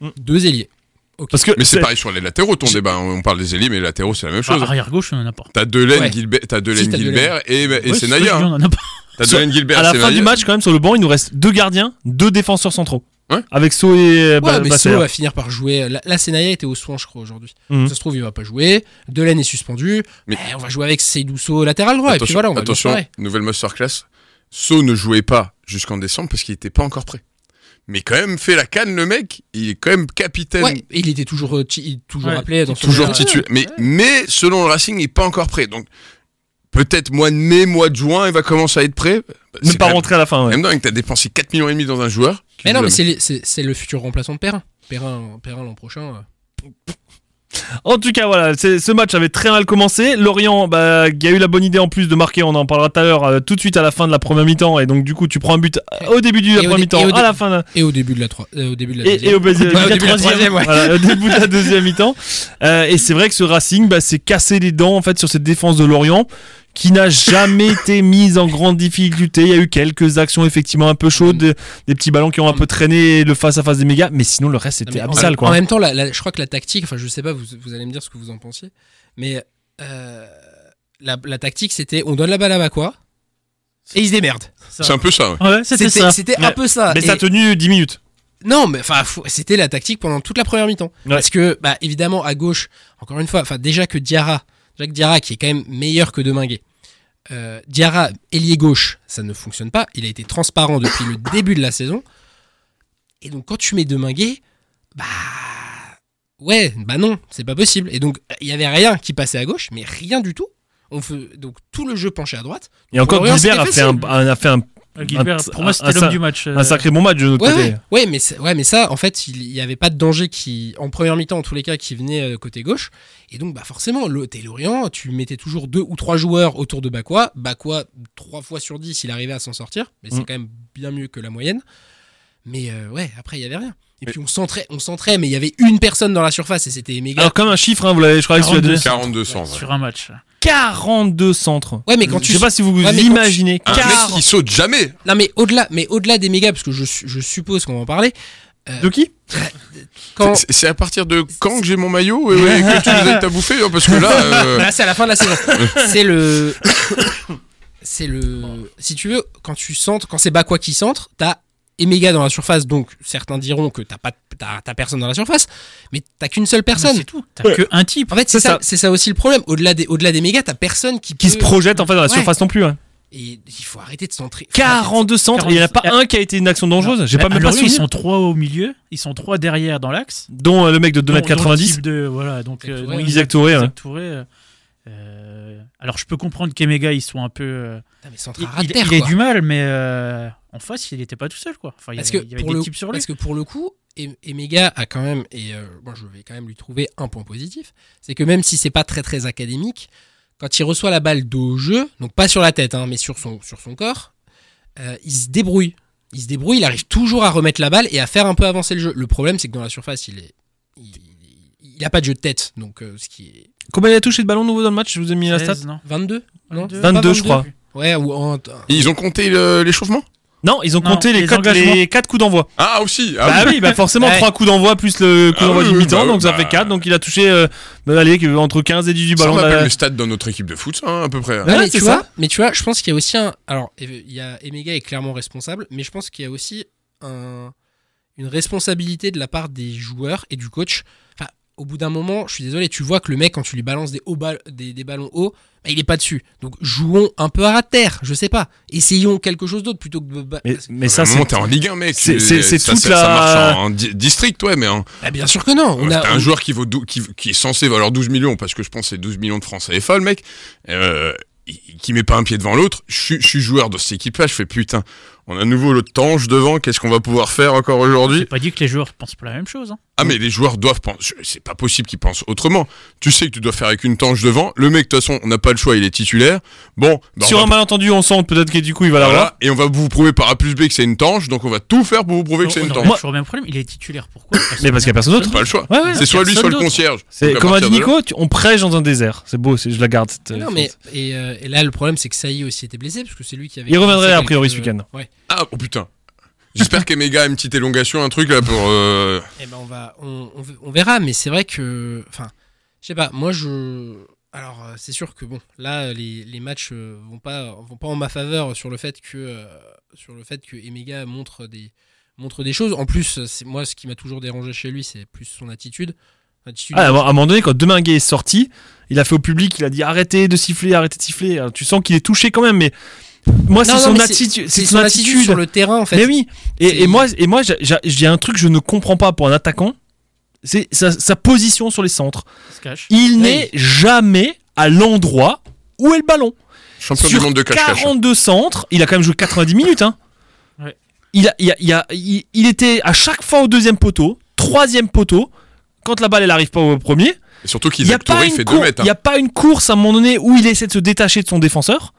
Speaker 7: Hmm.
Speaker 5: Mm.
Speaker 8: deux ailiers.
Speaker 5: Parce que
Speaker 7: Mais c'est
Speaker 5: c'est-
Speaker 7: pareil sur les latéraux, ton débat. On parle des élites, mais les latéraux, c'est la même chose.
Speaker 6: arrière gauche, on en a pas.
Speaker 7: T'as Delaine,
Speaker 8: Ouais.
Speaker 7: Gilbert, t'as Delaine
Speaker 8: Si, t'as
Speaker 7: Gilbert et, et
Speaker 6: Ouais,
Speaker 7: Senaya,
Speaker 6: vrai que
Speaker 7: hein.
Speaker 6: On en a pas.
Speaker 7: T'as
Speaker 5: Sur-
Speaker 7: Delaine Gilbert
Speaker 5: à la
Speaker 7: et
Speaker 5: fin
Speaker 7: Senaya.
Speaker 5: du match quand même sur le banc, il nous reste deux gardiens, deux défenseurs centraux.
Speaker 7: Ouais.
Speaker 5: Avec So et euh,
Speaker 8: Ouais,
Speaker 5: Ba-
Speaker 8: mais
Speaker 5: Basser.
Speaker 8: Sio va finir par jouer. euh, Là, là, Senaya était au soin, je crois, aujourd'hui.
Speaker 5: Mhm.
Speaker 8: Ça se trouve, il va pas jouer. Delaine est suspendu.
Speaker 7: Hmm. Mais-
Speaker 8: Eh, on va jouer avec Seydou Sow latéral droit. et puis
Speaker 7: attention,
Speaker 8: voilà, on va bien
Speaker 7: attention,
Speaker 8: se marrer.
Speaker 7: nouvelle masterclass. So ne jouait pas jusqu'en décembre parce qu'il était pas encore prêt. Mais quand même, fait la canne, le mec. Il est quand même capitaine.
Speaker 8: Ouais, et il était toujours, euh, ti- il- toujours
Speaker 6: Ouais,
Speaker 8: appelé dans son
Speaker 7: Toujours
Speaker 8: équipe.
Speaker 7: titulaire. Mais, mais selon le Racing, il est pas encore prêt. Donc, peut-être mois de mai, mois de juin, il va commencer à être prêt. Bah,
Speaker 5: Ne
Speaker 7: C'est
Speaker 5: pas
Speaker 7: quand
Speaker 5: rentrer à la fin. ouais.
Speaker 7: Même même dingue, t'as dépensé 4 millions et demi dans un joueur. qui
Speaker 8: euh, Mais
Speaker 7: nous
Speaker 8: non, mais
Speaker 7: a-
Speaker 8: c'est les- c'est c'est le futur remplaçant de Perrin. Perrin, Perrin l'an prochain. euh,
Speaker 5: En tout cas, voilà, c'est- ce match avait très mal commencé. Lorient, bah, il y a eu la bonne idée en plus de marquer, on en parlera tout à l'heure, euh, tout de suite à la fin de la première mi-temps. Et donc, du coup, tu prends un but au début de la
Speaker 8: Et au
Speaker 5: première
Speaker 8: dé-
Speaker 5: mi-temps,
Speaker 8: et au
Speaker 5: à
Speaker 8: dé-
Speaker 5: la fin de la-
Speaker 8: Et au début de la, troi- euh, au début de la
Speaker 5: et,
Speaker 8: deuxième.
Speaker 5: et au, baiser-
Speaker 8: Ouais, au début de la
Speaker 5: troisième,
Speaker 8: troisième, ouais.
Speaker 5: voilà, au début de la deuxième mi-temps. Euh, et c'est vrai que ce Racing bah, s'est cassé les dents en fait sur cette défense de Lorient qui n'a jamais été mise en grande difficulté. Il y a eu quelques actions effectivement un peu chaudes,
Speaker 8: Mm.
Speaker 5: des, des petits ballons qui ont un peu traîné et le face à face des méga, mais sinon le reste
Speaker 8: Non,
Speaker 5: c'était
Speaker 8: mais en-
Speaker 5: absal quoi.
Speaker 8: En même temps, la- la- je crois que la tactique, enfin je sais pas, vous, vous allez me dire ce que vous en pensiez, mais euh, la, la tactique c'était on donne la balle à Bakwa et il se démerde.
Speaker 7: C'est un peu ça, ouais.
Speaker 6: Ouais, c'était ça.
Speaker 8: C'était un
Speaker 5: Mais-
Speaker 8: peu ça.
Speaker 5: mais
Speaker 8: Et-
Speaker 5: ça a tenu 10 minutes.
Speaker 8: Non, mais enfin, faut- c'était la tactique pendant toute la première mi-temps.
Speaker 5: Ouais.
Speaker 8: Parce que, bah, évidemment, à gauche, encore une fois, enfin, déjà que Diarra, Jacques Diarra, qui est quand même meilleur que Deminguet, euh, Diarra, ailier gauche, ça ne fonctionne pas. Il a été transparent depuis le début de la saison. Et donc, quand tu mets Deminguet, bah. Ouais, bah non, c'est pas possible. Et donc, il y avait rien qui passait à gauche, mais rien du tout. On fait, donc, tout le jeu penchait à droite.
Speaker 5: Et encore
Speaker 8: Lorient,
Speaker 5: Gilbert a
Speaker 8: c'était
Speaker 5: fait, un,
Speaker 8: facile. Euh,
Speaker 5: un- a fait un,
Speaker 6: Euh, Gilbert,
Speaker 5: Un-
Speaker 6: pour moi,
Speaker 5: un-
Speaker 6: c'était l'homme
Speaker 5: un-
Speaker 6: du match. euh,
Speaker 5: un sacré bon match de notre
Speaker 8: Ouais,
Speaker 5: côté.
Speaker 8: ouais, ouais, mais c'est- ouais, mais ça, en fait, il il y avait pas de danger qui, en première mi-temps, en tous les cas, qui venait euh, côté gauche. Et donc, bah forcément, le- t'es Lorient, tu mettais toujours deux ou trois joueurs autour de Bakwa. Bakwa, trois fois sur dix, il arrivait à s'en sortir, mais c'est
Speaker 5: Mm.
Speaker 8: quand même bien mieux que la moyenne. Mais euh, ouais, après, il y avait rien. Et puis, on centrait, on centrait, mais il y avait une personne dans la surface et c'était méga.
Speaker 5: Alors comme un chiffre, hein, vous l'avez, je crois, que tu l'as donné.
Speaker 6: 42.
Speaker 7: 42 cents. ouais.
Speaker 6: Sur un match.
Speaker 5: 42 centres.
Speaker 8: Ouais, mais quand tu.
Speaker 5: je sais pas si vous
Speaker 8: Ouais, mais quand tu- Ah.
Speaker 5: imaginez.
Speaker 7: Un
Speaker 5: quar-
Speaker 7: mec qui saute jamais.
Speaker 8: Non, mais au-delà, mais au-delà des méga, parce que je, su- je suppose qu'on va en parler.
Speaker 5: De qui
Speaker 8: Quand.
Speaker 7: C'est- C'est à partir de quand que j'ai mon maillot et, et que tu nous as bouffé hein, Parce que là, euh,
Speaker 8: Là, c'est à la fin de la saison. c'est le. c'est le. Si tu veux, quand tu centres, quand c'est Bakwa qui centre, t'as Emega dans la surface, donc certains diront que t'as pas, t'as, t'as personne dans la surface, mais t'as qu'une seule
Speaker 6: Mais
Speaker 8: personne.
Speaker 6: C'est tout. T'as que un type.
Speaker 8: En fait,
Speaker 5: C'est
Speaker 8: c'est ça,
Speaker 5: ça.
Speaker 8: c'est ça aussi le problème. Au-delà des, au-delà des mégas, t'as personne qui
Speaker 5: Qui
Speaker 8: peut-
Speaker 5: se projette en fait dans la
Speaker 8: Ouais.
Speaker 5: surface non plus. hein.
Speaker 8: Et il faut arrêter de centrer. Faut arrêter de-
Speaker 5: 42 centres, il n'y en a pas
Speaker 7: Ah.
Speaker 5: un qui a été une action dangereuse. J'ai pas même pas
Speaker 6: Euh, Alors, eux, Ils
Speaker 5: souvenir.
Speaker 7: hein.
Speaker 6: sont trois au milieu, ils sont trois derrière dans l'axe.
Speaker 5: Dont euh, le mec de
Speaker 6: Dont- dont le
Speaker 5: 2m90.
Speaker 6: type de- voilà, donc,
Speaker 8: Isaac
Speaker 6: euh,
Speaker 8: Touré,
Speaker 6: dont
Speaker 8: ouais.
Speaker 5: Isaac Touré, ouais.
Speaker 6: Isaac Touré, euh, euh, alors, je peux comprendre qu'Emega, ils sont un peu. euh,
Speaker 8: Putain, mais centre
Speaker 6: il,
Speaker 8: à ras de
Speaker 6: il-
Speaker 8: terre,
Speaker 6: il a
Speaker 8: quoi.
Speaker 6: du mal, mais euh, en face, il n'était pas tout seul, quoi. Enfin, il y
Speaker 8: Parce
Speaker 6: avait,
Speaker 8: que,
Speaker 6: il y avait
Speaker 8: pour
Speaker 6: des
Speaker 8: le,
Speaker 6: types sur lui.
Speaker 8: parce que pour le coup, Em- Emega a quand même, et euh, moi je vais quand même lui trouver un point positif, c'est que même si c'est pas très très académique, quand il reçoit la balle dos au jeu, donc pas sur la tête, hein, mais sur son, sur son corps, euh, il se débrouille. Il se débrouille, il arrive toujours à remettre la balle et à faire un peu avancer le jeu. Le problème, c'est que dans la surface, il est, il, il a pas de jeu de tête, donc euh, ce qui est
Speaker 5: Combien il a touché de ballon nouveau dans le match Je vous ai mis la stat.
Speaker 6: 16, non
Speaker 8: 22, non
Speaker 6: 22,
Speaker 5: 22, je
Speaker 8: Pas
Speaker 5: crois.
Speaker 8: Ouais, ou en,
Speaker 7: Ils ont compté le- l'échauffement
Speaker 5: Non, ils ont
Speaker 6: Non,
Speaker 5: compté les
Speaker 6: les
Speaker 5: 4
Speaker 6: engagements.
Speaker 5: coups d'envoi.
Speaker 7: Ah aussi ah
Speaker 5: Bah oui, bah forcément
Speaker 8: Ouais.
Speaker 5: 3 coups d'envoi plus le coup
Speaker 7: Ah
Speaker 5: d'envoi
Speaker 7: oui,
Speaker 5: du
Speaker 7: oui,
Speaker 5: mi-temps,
Speaker 7: bah
Speaker 5: donc
Speaker 7: oui,
Speaker 5: ça
Speaker 7: bah.
Speaker 5: fait 4. Donc il a touché euh, bah, allez, que- entre 15 et 18
Speaker 7: Ça
Speaker 5: ballons.
Speaker 7: me rappelle
Speaker 5: là.
Speaker 7: les stats dans notre équipe de foot, ça, hein, à peu près.
Speaker 8: Ouais,
Speaker 5: Ouais,
Speaker 8: mais
Speaker 5: c'est
Speaker 8: tu
Speaker 5: ça.
Speaker 8: vois, mais tu vois, je pense qu'il y a aussi un. Alors, il y a Emega est clairement responsable, mais je pense qu'il y a aussi un- une responsabilité de la part des joueurs et du coach. Enfin, au bout d'un moment, je suis désolé, tu vois que le mec quand tu lui balances des, hauts ball- des, des ballons hauts, bah, il est pas dessus. Donc jouons un peu à terre, je sais pas. Essayons quelque chose d'autre plutôt que. de- bah-
Speaker 5: Mais, mais
Speaker 7: à
Speaker 5: ça,
Speaker 7: un
Speaker 5: c'est
Speaker 7: moment, t'es en Ligue 1, mec.
Speaker 5: c'est-
Speaker 7: tu-
Speaker 5: c'est- c'est
Speaker 7: ça,
Speaker 5: toute
Speaker 7: ça,
Speaker 5: la-
Speaker 7: ça marche en, en di- district, ouais, mais en-
Speaker 8: Bah, bien sûr que non. On
Speaker 7: t'as
Speaker 8: a,
Speaker 7: un
Speaker 8: on-
Speaker 7: joueur qui, vaut dou- qui, qui est censé valoir 12 millions, parce que je pense que c'est 12 millions de francs CFA, le mec, euh, il- qui met pas un pied devant l'autre. Je suis- je suis joueur de cette équipe-là, je fais putain, on a à nouveau le tange devant, qu'est-ce qu'on va pouvoir faire encore aujourd'hui
Speaker 6: J'ai pas dit que les joueurs pensent pas la même chose. hein.
Speaker 7: Ah mais les joueurs doivent penser, c'est pas possible qu'ils pensent autrement. Tu sais que tu dois faire avec une tange devant, le mec de toute façon on n'a pas le choix, il est titulaire. Bon, bah, on
Speaker 5: sur
Speaker 7: va-
Speaker 5: un malentendu, on sent peut-être que du coup il va
Speaker 7: voilà,
Speaker 5: l'avoir.
Speaker 7: et on va vous prouver par A plus B que c'est une tange, donc on va tout faire pour vous prouver que c'est
Speaker 6: On
Speaker 7: une
Speaker 6: aurait
Speaker 7: tange.
Speaker 5: Moi-
Speaker 6: toujours le même problème. Il est titulaire. Pourquoi
Speaker 5: Mais parce qu'il y a personne d'autre.
Speaker 7: Pas le choix.
Speaker 5: Ouais, ouais.
Speaker 7: c'est soit lui, soit le
Speaker 6: Personne
Speaker 7: concierge.
Speaker 5: C'est
Speaker 7: Donc, à
Speaker 5: comme a dit
Speaker 7: partir de là-
Speaker 5: Nico, tu- on prêche dans un désert. C'est beau, c'est- je la garde. cette, euh,
Speaker 8: Non, mais
Speaker 5: phrase.
Speaker 8: et, euh, et là, le problème, c'est que Saï aussi était blessé parce que c'est lui qui avait.
Speaker 5: Il reviendrait, a priori,
Speaker 8: quelques-
Speaker 5: ce week-end.
Speaker 8: euh, Ouais.
Speaker 7: Ah oh putain. J'espère qu'Emega a une petite élongation, un truc là pour. euh,
Speaker 8: Eh ben on va, on, on ve- on verra, mais c'est vrai que, enfin, je sais pas, moi je, alors euh, c'est sûr que bon, là euh, les, les matchs euh, vont pas vont pas en ma faveur sur le fait que euh, sur le fait que Emega montre des montre des choses. En plus, euh, c'est moi ce qui m'a toujours dérangé chez lui, c'est plus son attitude. Attitude-
Speaker 5: Ah, à un moment donné, quand Deminguet est sorti, il a fait au public, il a dit arrêtez de siffler, arrêtez de siffler. Alors, tu sens qu'il est touché quand même, mais moi,
Speaker 8: Non,
Speaker 5: c'est
Speaker 8: non,
Speaker 5: son,
Speaker 8: mais
Speaker 5: attitude.
Speaker 8: c'est son attitude sur le terrain en fait.
Speaker 5: Mais oui,
Speaker 8: C'est-
Speaker 5: et, et moi, et moi j'a- j'a- j'ai un truc que je ne comprends pas pour un attaquant, c'est sa, sa position sur les centres.
Speaker 6: Il se cache.
Speaker 5: Il
Speaker 8: Oui.
Speaker 5: n'est jamais à l'endroit où est le ballon.
Speaker 7: champion
Speaker 5: Sur
Speaker 7: du monde de cache-cache.
Speaker 5: 42 centres, il a quand même joué 90 minutes. hein.
Speaker 6: Ouais.
Speaker 5: Il, a- il a- il a- il- il était à chaque fois au deuxième poteau, troisième poteau. Quand la balle elle arrive pas au premier,
Speaker 7: Et surtout
Speaker 5: il n'y a,
Speaker 7: qu'Isaac
Speaker 5: pas
Speaker 7: Touré il
Speaker 5: une
Speaker 7: fait
Speaker 5: cour-
Speaker 7: 2 mètres.
Speaker 5: il y
Speaker 7: hein.
Speaker 5: a pas une course à un moment donné où il essaie de se détacher de son défenseur.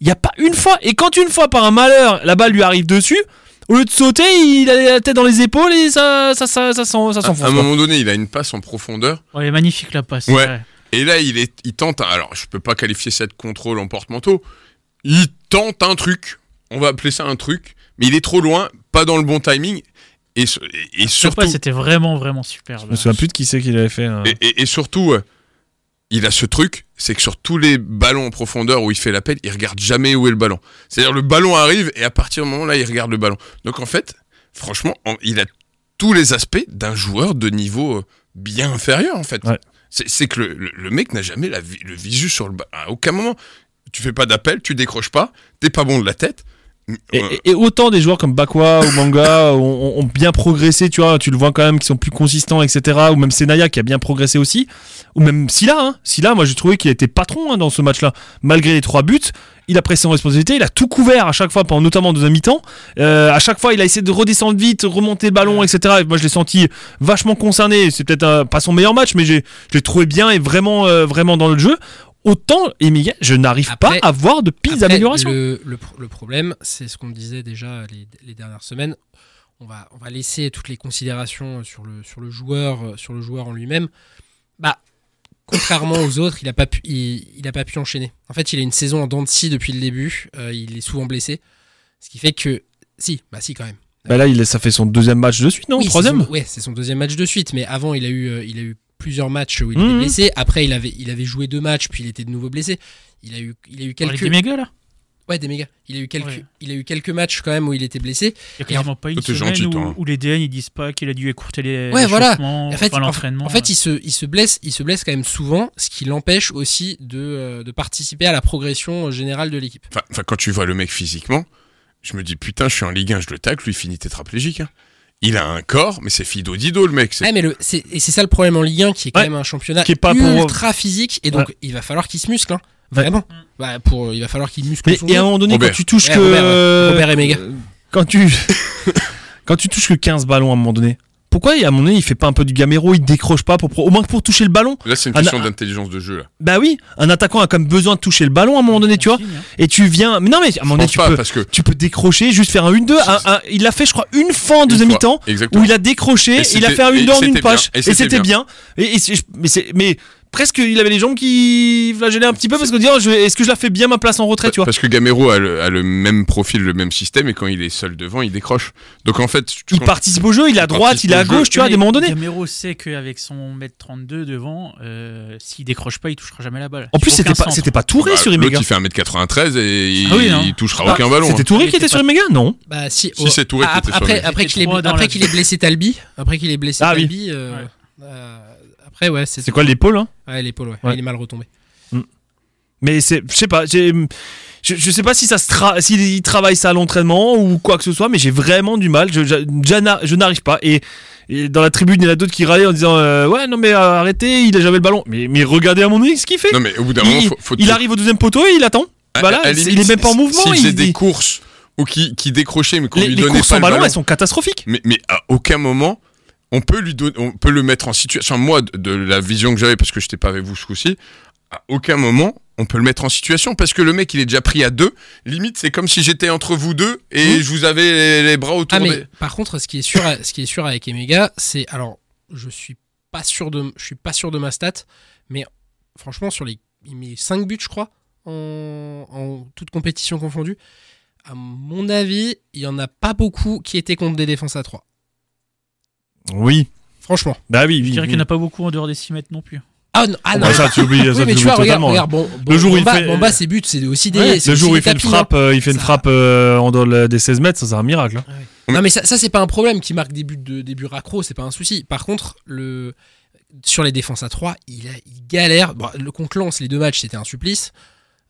Speaker 5: Il n'y a pas une fois. Et quand une fois, par un malheur, la balle lui arrive dessus, au lieu de sauter, il a la tête dans les épaules et ça, ça, ça, ça, s'en- ça s'enfonce.
Speaker 7: À un
Speaker 5: quoi.
Speaker 7: moment donné, il a une passe en profondeur.
Speaker 6: Ouais, elle est magnifique la passe.
Speaker 7: Ouais. Et là, il, est, il tente. un- Alors, je peux pas qualifier ça de contrôle en porte-manteau. Il tente un truc. On va appeler ça un truc. Mais il est trop loin, pas dans le bon timing. Et, su- et- et
Speaker 6: Surtout,
Speaker 7: surtout,
Speaker 6: c'était vraiment vraiment super.
Speaker 5: Je
Speaker 6: là.
Speaker 5: me souviens plus de qui c'est qu'il avait fait. hein.
Speaker 7: et, et- et surtout euh, il a ce truc c'est que sur tous les ballons en profondeur où il fait l'appel, il regarde jamais où est le ballon. C'est-à-dire le ballon arrive et à partir du moment là, il regarde le ballon. Donc en fait, franchement, en- il a tous les aspects d'un joueur de niveau euh, bien inférieur en fait.
Speaker 5: Ouais.
Speaker 7: C'est c'est que le, le- le mec n'a jamais la vi- le visu sur le ballon. À aucun moment, tu fais pas d'appel, tu décroches pas, t'es pas bon de la tête.
Speaker 5: Et,
Speaker 7: Euh,
Speaker 5: et- et autant des joueurs comme Bakwa ou Manga ont, ont- ont bien progressé, tu vois, tu le vois quand même, qui sont plus consistants, etc. Ou même Senaya qui a bien progressé aussi. Ou même Silla, hein. Silla, moi j'ai trouvé qu'il était patron hein, dans ce match-là. Malgré les trois buts, il a pris ses responsabilités, il a tout couvert à chaque fois, pendant- notamment dans un mi-temps. Euh, à chaque fois, il a essayé de redescendre vite, remonter le ballon, etc. Et moi je l'ai senti vachement concerné. C'est peut-être euh, pas son meilleur match, mais j'ai j'ai trouvé bien et vraiment, euh, vraiment dans le jeu. Autant, Emilia, je n'arrive pas
Speaker 8: Après-
Speaker 5: à voir de pires
Speaker 8: Après,
Speaker 5: améliorations.
Speaker 8: Le, le pro- le problème, c'est ce qu'on disait déjà les, les dernières semaines. On va, on va laisser toutes les considérations sur le, sur le joueur, euh, sur le joueur en lui-même. Bah, contrairement aux autres, il n'a pas pu, il, il a pas pu enchaîner. En fait, il a une saison en dents de scie depuis le début. euh, il est souvent blessé, ce qui fait que si, bah si quand même.
Speaker 5: Bah là, il, ça fait son deuxième match de suite, non
Speaker 8: Oui, c'est
Speaker 5: Troisième
Speaker 8: son- Ouais, c'est son deuxième match de suite. Mais avant, il a eu, euh, il a eu plusieurs matchs où il était
Speaker 5: Mhm.
Speaker 8: blessé. Après, il avait, il avait joué deux matchs, puis il était de nouveau blessé. Il a eu, il a eu
Speaker 6: Quelques...
Speaker 8: quelques.
Speaker 6: méga là.
Speaker 8: Ouais, des méga. Il a eu quelques,
Speaker 6: Ouais.
Speaker 8: il a eu quelques matchs quand même où il était blessé.
Speaker 6: Il y a quasiment pas une
Speaker 7: Toi, t'es
Speaker 6: semaine
Speaker 7: gentil,
Speaker 6: où,
Speaker 7: toi, hein.
Speaker 6: où les DN ils disent pas qu'il a dû écourter les
Speaker 8: Ouais, voilà.
Speaker 6: l'échauffement,
Speaker 8: En fait,
Speaker 6: enfin,
Speaker 8: en-
Speaker 6: l'entraînement. euh,
Speaker 8: En fait, il se, il se blesse, il se blesse quand même souvent, ce qui l'empêche aussi de, euh, de participer à la progression euh, générale de l'équipe.
Speaker 7: Enfin, enfin, quand tu vois le mec physiquement, je me dis putain, je suis en Ligue 1, je le tacle, lui il finit tétraplégique. hein. Il a un corps, mais c'est Fido Dido le mec. c'est-
Speaker 8: Ah, mais le, c'est, et c'est ça le problème en Ligue 1, qui est quand
Speaker 5: Ouais.
Speaker 8: même un championnat
Speaker 5: Qui est pas pour-
Speaker 8: ultra physique, et donc il va falloir qu'il se muscle, hein. vraiment.
Speaker 5: Mm.
Speaker 8: Bah, pour, il va falloir qu'il muscle
Speaker 5: Mais
Speaker 8: son
Speaker 5: et à un
Speaker 8: jeu.
Speaker 5: moment donné,
Speaker 7: Robert.
Speaker 5: quand tu touches
Speaker 8: Ouais,
Speaker 5: que.
Speaker 8: Robert, ouais. Robert et Méga.
Speaker 5: euh, Quand tu. quand tu touches que 15 ballons à un moment donné. Pourquoi à un moment donné il fait pas un peu du gamero, il décroche pas pour pro- au moins que pour toucher le ballon
Speaker 7: Là, c'est une
Speaker 5: Ah,
Speaker 7: question
Speaker 5: non.
Speaker 7: d'intelligence de jeu. Là.
Speaker 5: Bah oui, un attaquant a comme besoin de toucher le ballon à un moment donné, tu vois.
Speaker 6: hein.
Speaker 5: Et tu viens, mais non mais à un
Speaker 7: Je
Speaker 5: moment donné
Speaker 7: pense
Speaker 5: tu
Speaker 7: pas
Speaker 5: peux,
Speaker 7: parce que
Speaker 5: tu peux décrocher, juste faire un 1-2. un- un- il l'a fait je crois une fois en deuxième
Speaker 7: fois,
Speaker 5: mi-temps
Speaker 7: exactement.
Speaker 5: où il a décroché,
Speaker 7: Et
Speaker 5: il a
Speaker 7: c'était-
Speaker 5: fait un
Speaker 7: et
Speaker 5: 1-2 en
Speaker 7: c'était
Speaker 5: une
Speaker 7: bien,
Speaker 5: poche
Speaker 7: et
Speaker 5: et
Speaker 7: c'était
Speaker 5: c'était bien. Et, et c'est- je- mais c'est mais presque il avait les jambes qui la gênaient un petit peu parce qu'on dit oh, je- est-ce que je la fais bien ma place en retrait, tu vois.
Speaker 7: Parce que Gamero a le, a le même profil, le même système, et quand il est seul devant, il décroche. Donc en fait, tu-
Speaker 5: Il
Speaker 7: quand-
Speaker 5: participe au jeu, il est à
Speaker 7: Il
Speaker 5: droite, il est à
Speaker 7: participe au
Speaker 5: gauche, tu vois, à des moments donnés.
Speaker 6: Gamero sait qu'avec son m32 devant, euh, s'il décroche pas, il touchera jamais la balle.
Speaker 5: En plus,
Speaker 6: Sur
Speaker 5: c'était
Speaker 6: aucun
Speaker 5: pas,
Speaker 6: centre.
Speaker 5: c'était pas Touré
Speaker 7: bah,
Speaker 5: sur
Speaker 7: l'autre,
Speaker 5: Imega.
Speaker 7: il fait 1m93 et il,
Speaker 6: Ah oui, non.
Speaker 7: il touchera
Speaker 5: Bah,
Speaker 7: aucun ballon.
Speaker 5: C'était
Speaker 7: hein.
Speaker 5: Touré qui
Speaker 6: Il
Speaker 5: était
Speaker 6: était
Speaker 5: sur Imega Non.
Speaker 8: Bah, si,
Speaker 7: Si, c'est Touré qui
Speaker 8: Ah,
Speaker 7: était sur
Speaker 8: après,
Speaker 7: le-
Speaker 8: après
Speaker 6: C'était
Speaker 8: qu'il est,
Speaker 6: trois dans
Speaker 8: après
Speaker 6: la-
Speaker 8: qu'il est blessé Talbi, après qu'il est blessé
Speaker 5: Ah oui.
Speaker 8: Talbi, euh,
Speaker 6: Ouais.
Speaker 8: euh, après ouais, c'est
Speaker 5: C'est quoi l'épaule hein
Speaker 8: Ouais, l'épaule, ouais.
Speaker 5: Ouais.
Speaker 8: il est mal retombé.
Speaker 5: Mais c'est, je sais pas, j'ai- je, je sais pas si ça se tra- s'il il travaille ça à l'entraînement ou quoi que ce soit, mais j'ai vraiment du mal. Je, je, déjà n'a- je n'arrive pas. Et, et dans la tribune, il y en a d'autres qui râlaient en disant euh, ouais non mais euh, arrêtez, il a jamais le ballon. Mais, mais regardez à mon avis ce qu'il fait.
Speaker 7: Non, mais au bout d'un
Speaker 5: il,
Speaker 7: moment, faut, faut
Speaker 5: il arrive au deuxième poteau et il attend.
Speaker 7: À-
Speaker 5: voilà,
Speaker 7: à
Speaker 5: c'est-
Speaker 7: la
Speaker 5: il est
Speaker 7: limite,
Speaker 5: même pas en
Speaker 7: s-
Speaker 5: mouvement.
Speaker 7: S'il faisait
Speaker 5: il-
Speaker 7: des
Speaker 5: il-
Speaker 7: courses ou qui, qui décrochait, mais qu'on
Speaker 5: les,
Speaker 7: lui
Speaker 5: les
Speaker 7: donnait
Speaker 5: courses
Speaker 7: pas
Speaker 5: sans
Speaker 7: le
Speaker 5: ballon,
Speaker 7: ballon.
Speaker 5: elles sont catastrophiques.
Speaker 7: Mais, mais à aucun moment, on peut, lui donner, on peut le mettre en situation. Moi, de- de la vision que j'avais, parce que je n'étais pas avec vous ce coup-ci, à aucun moment, on peut le mettre en situation. Parce que le mec, il est déjà pris à deux. Limite, c'est comme si j'étais entre vous deux et je vous avais les, les bras autour
Speaker 8: Mmh. Ah mais
Speaker 7: des.
Speaker 8: par contre, ce qui est sûr, ce qui est sûr avec Emega, c'est alors je suis pas sûr de, je suis pas sûr de ma stat, mais franchement sur les, il met 5 buts je crois en, en toute compétition confondue. À mon avis, il y en a pas beaucoup qui étaient contre des défenses à 3
Speaker 5: Oui.
Speaker 8: Franchement.
Speaker 5: Bah oui. oui,
Speaker 6: Je dirais
Speaker 5: oui.
Speaker 6: qu'il n'y en a pas beaucoup en dehors des 6 mètres non plus.
Speaker 8: Ah non, ah, non.
Speaker 5: Bah, ça, tu oublies,
Speaker 8: Oui,
Speaker 5: ça,
Speaker 8: mais
Speaker 5: tu oublies
Speaker 8: tu vois, regarde,
Speaker 5: totalement. hein.
Speaker 8: regarde, bon, bon,
Speaker 5: Le jour où il
Speaker 8: Bamba-
Speaker 5: fait-
Speaker 8: Bamba, ses buts, c'est aussi des.
Speaker 5: Ouais,
Speaker 8: c'est
Speaker 5: le
Speaker 8: aussi
Speaker 5: jour où
Speaker 8: des
Speaker 5: il fait une
Speaker 8: tapis, hein.
Speaker 5: frappe, euh, il fait une
Speaker 8: Ça-
Speaker 5: frappe euh, en dehors de- des 16 mètres, ça c'est un miracle. hein.
Speaker 8: Non mais ça, ça, c'est pas un problème qui marque des buts de des buts raccro, c'est pas un souci. Par contre, le sur les défenses à 3, il, a- il galère. Bon, le contre Lens, les deux matchs, c'était un supplice.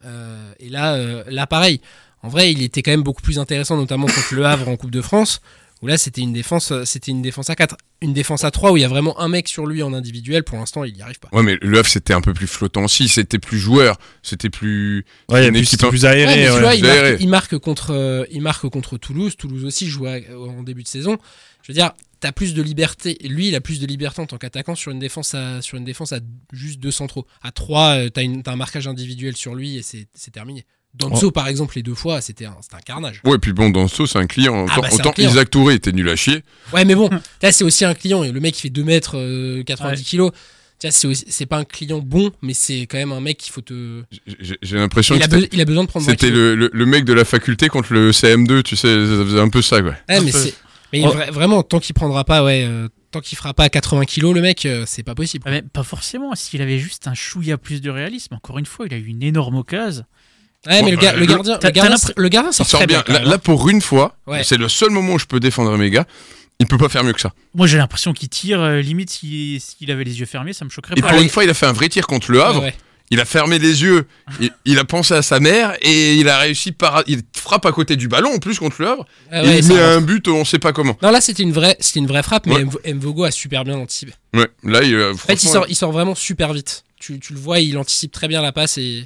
Speaker 8: Euh, et là, euh, là pareil. En vrai, il était quand même beaucoup plus intéressant, notamment contre le Havre en Coupe de France, où là c'était une défense, euh, c'était une défense à 4, une défense à 3 où il y a vraiment un mec sur lui en individuel. Pour l'instant, il n'y arrive pas.
Speaker 7: Ouais, mais le Havre, c'était un peu plus flottant aussi. C'était plus joueur. C'était plus.
Speaker 5: Ouais, il y a
Speaker 7: Une
Speaker 5: plus,
Speaker 7: équipe
Speaker 5: c'est plus aéré.
Speaker 8: Ouais, mais tu
Speaker 5: ouais.
Speaker 8: vois, il,
Speaker 7: D'aéré.
Speaker 8: marque, il marque contre, euh, il marque contre Toulouse. Toulouse aussi joue à- euh, en début de saison. Je veux dire, t'as plus de liberté. Lui, il a plus de liberté en tant qu'attaquant sur une défense à, sur une défense à juste deux centraux. À trois, euh, t'as, une- t'as un marquage individuel sur lui et c'est, c'est terminé. Danzo, par exemple, les deux fois, c'était un, c'était un carnage.
Speaker 7: Ouais, puis bon, dans ce c'est un client.
Speaker 8: Ah,
Speaker 7: Autant,
Speaker 8: bah, c'est un
Speaker 7: autant
Speaker 8: client.
Speaker 7: Isaac Touré était nul à chier.
Speaker 8: Ouais, mais bon, là, c'est aussi un client. Et le mec, il fait 2 mètres euh, 90
Speaker 6: Ouais.
Speaker 8: kilos. Tu vois, c'est, aussi- c'est pas un client bon, mais c'est quand même un mec qu'il faut te.
Speaker 7: J'ai- j'ai- J'ai l'impression
Speaker 8: Il
Speaker 7: que
Speaker 8: a,
Speaker 7: c'était-
Speaker 8: be- il a besoin de prendre. moins
Speaker 7: c'était
Speaker 8: de kilos.
Speaker 7: le, le- le mec de la faculté contre le CM2. Tu sais, ça faisait un peu ça, quoi.
Speaker 8: Ouais,
Speaker 6: Un
Speaker 8: mais
Speaker 6: peu.
Speaker 8: c'est- mais
Speaker 5: Oh.
Speaker 8: vra- vraiment, tant qu'il prendra pas, ouais, euh, tant qu'il fera pas 80 kilos, le mec, euh, c'est pas possible.
Speaker 6: Ah, mais pas forcément. S'il avait juste un chouïa plus de réalisme, encore une fois, il a eu une énorme occasion.
Speaker 8: Ouais,
Speaker 7: Bon,
Speaker 8: mais le, ga-
Speaker 7: bah,
Speaker 8: le
Speaker 7: le-
Speaker 8: gardien,
Speaker 6: t'as-
Speaker 8: le gardien,
Speaker 6: t'as l'impr-
Speaker 8: le gardien sort
Speaker 7: Il sort
Speaker 8: très bien.
Speaker 7: bien.
Speaker 8: quand
Speaker 7: Là,
Speaker 8: même. hein.
Speaker 7: là, pour une fois,
Speaker 8: Ouais.
Speaker 7: c'est le seul moment où je peux défendre mes gars. Il peut pas faire mieux que ça.
Speaker 6: Moi, j'ai l'impression qu'il tire. euh, limite, s'il s'il avait les yeux fermés, ça me choquerait
Speaker 7: Et
Speaker 6: pas.
Speaker 7: pour une fois, il a fait un vrai tir contre le
Speaker 8: hein. Ouais,
Speaker 7: Havre.
Speaker 8: ouais.
Speaker 7: Il a fermé les yeux. il, il a pensé à sa mère et il a réussi par. Il frappe à côté du ballon en plus contre le Havre.
Speaker 8: Ouais,
Speaker 7: et
Speaker 8: Ah ouais,
Speaker 7: il
Speaker 8: ça
Speaker 7: met
Speaker 8: rentre.
Speaker 7: un but, on sait pas comment.
Speaker 8: Non, là, c'était une vraie, c'était une vraie frappe, mais
Speaker 7: Ouais.
Speaker 8: Mv- Mvogo a super bien anticipé.
Speaker 7: Ouais. Là, il, euh,
Speaker 8: En fait, il
Speaker 7: franchement,
Speaker 8: sort, il sort vraiment super vite. Tu, tu le vois, il anticipe très bien la passe et.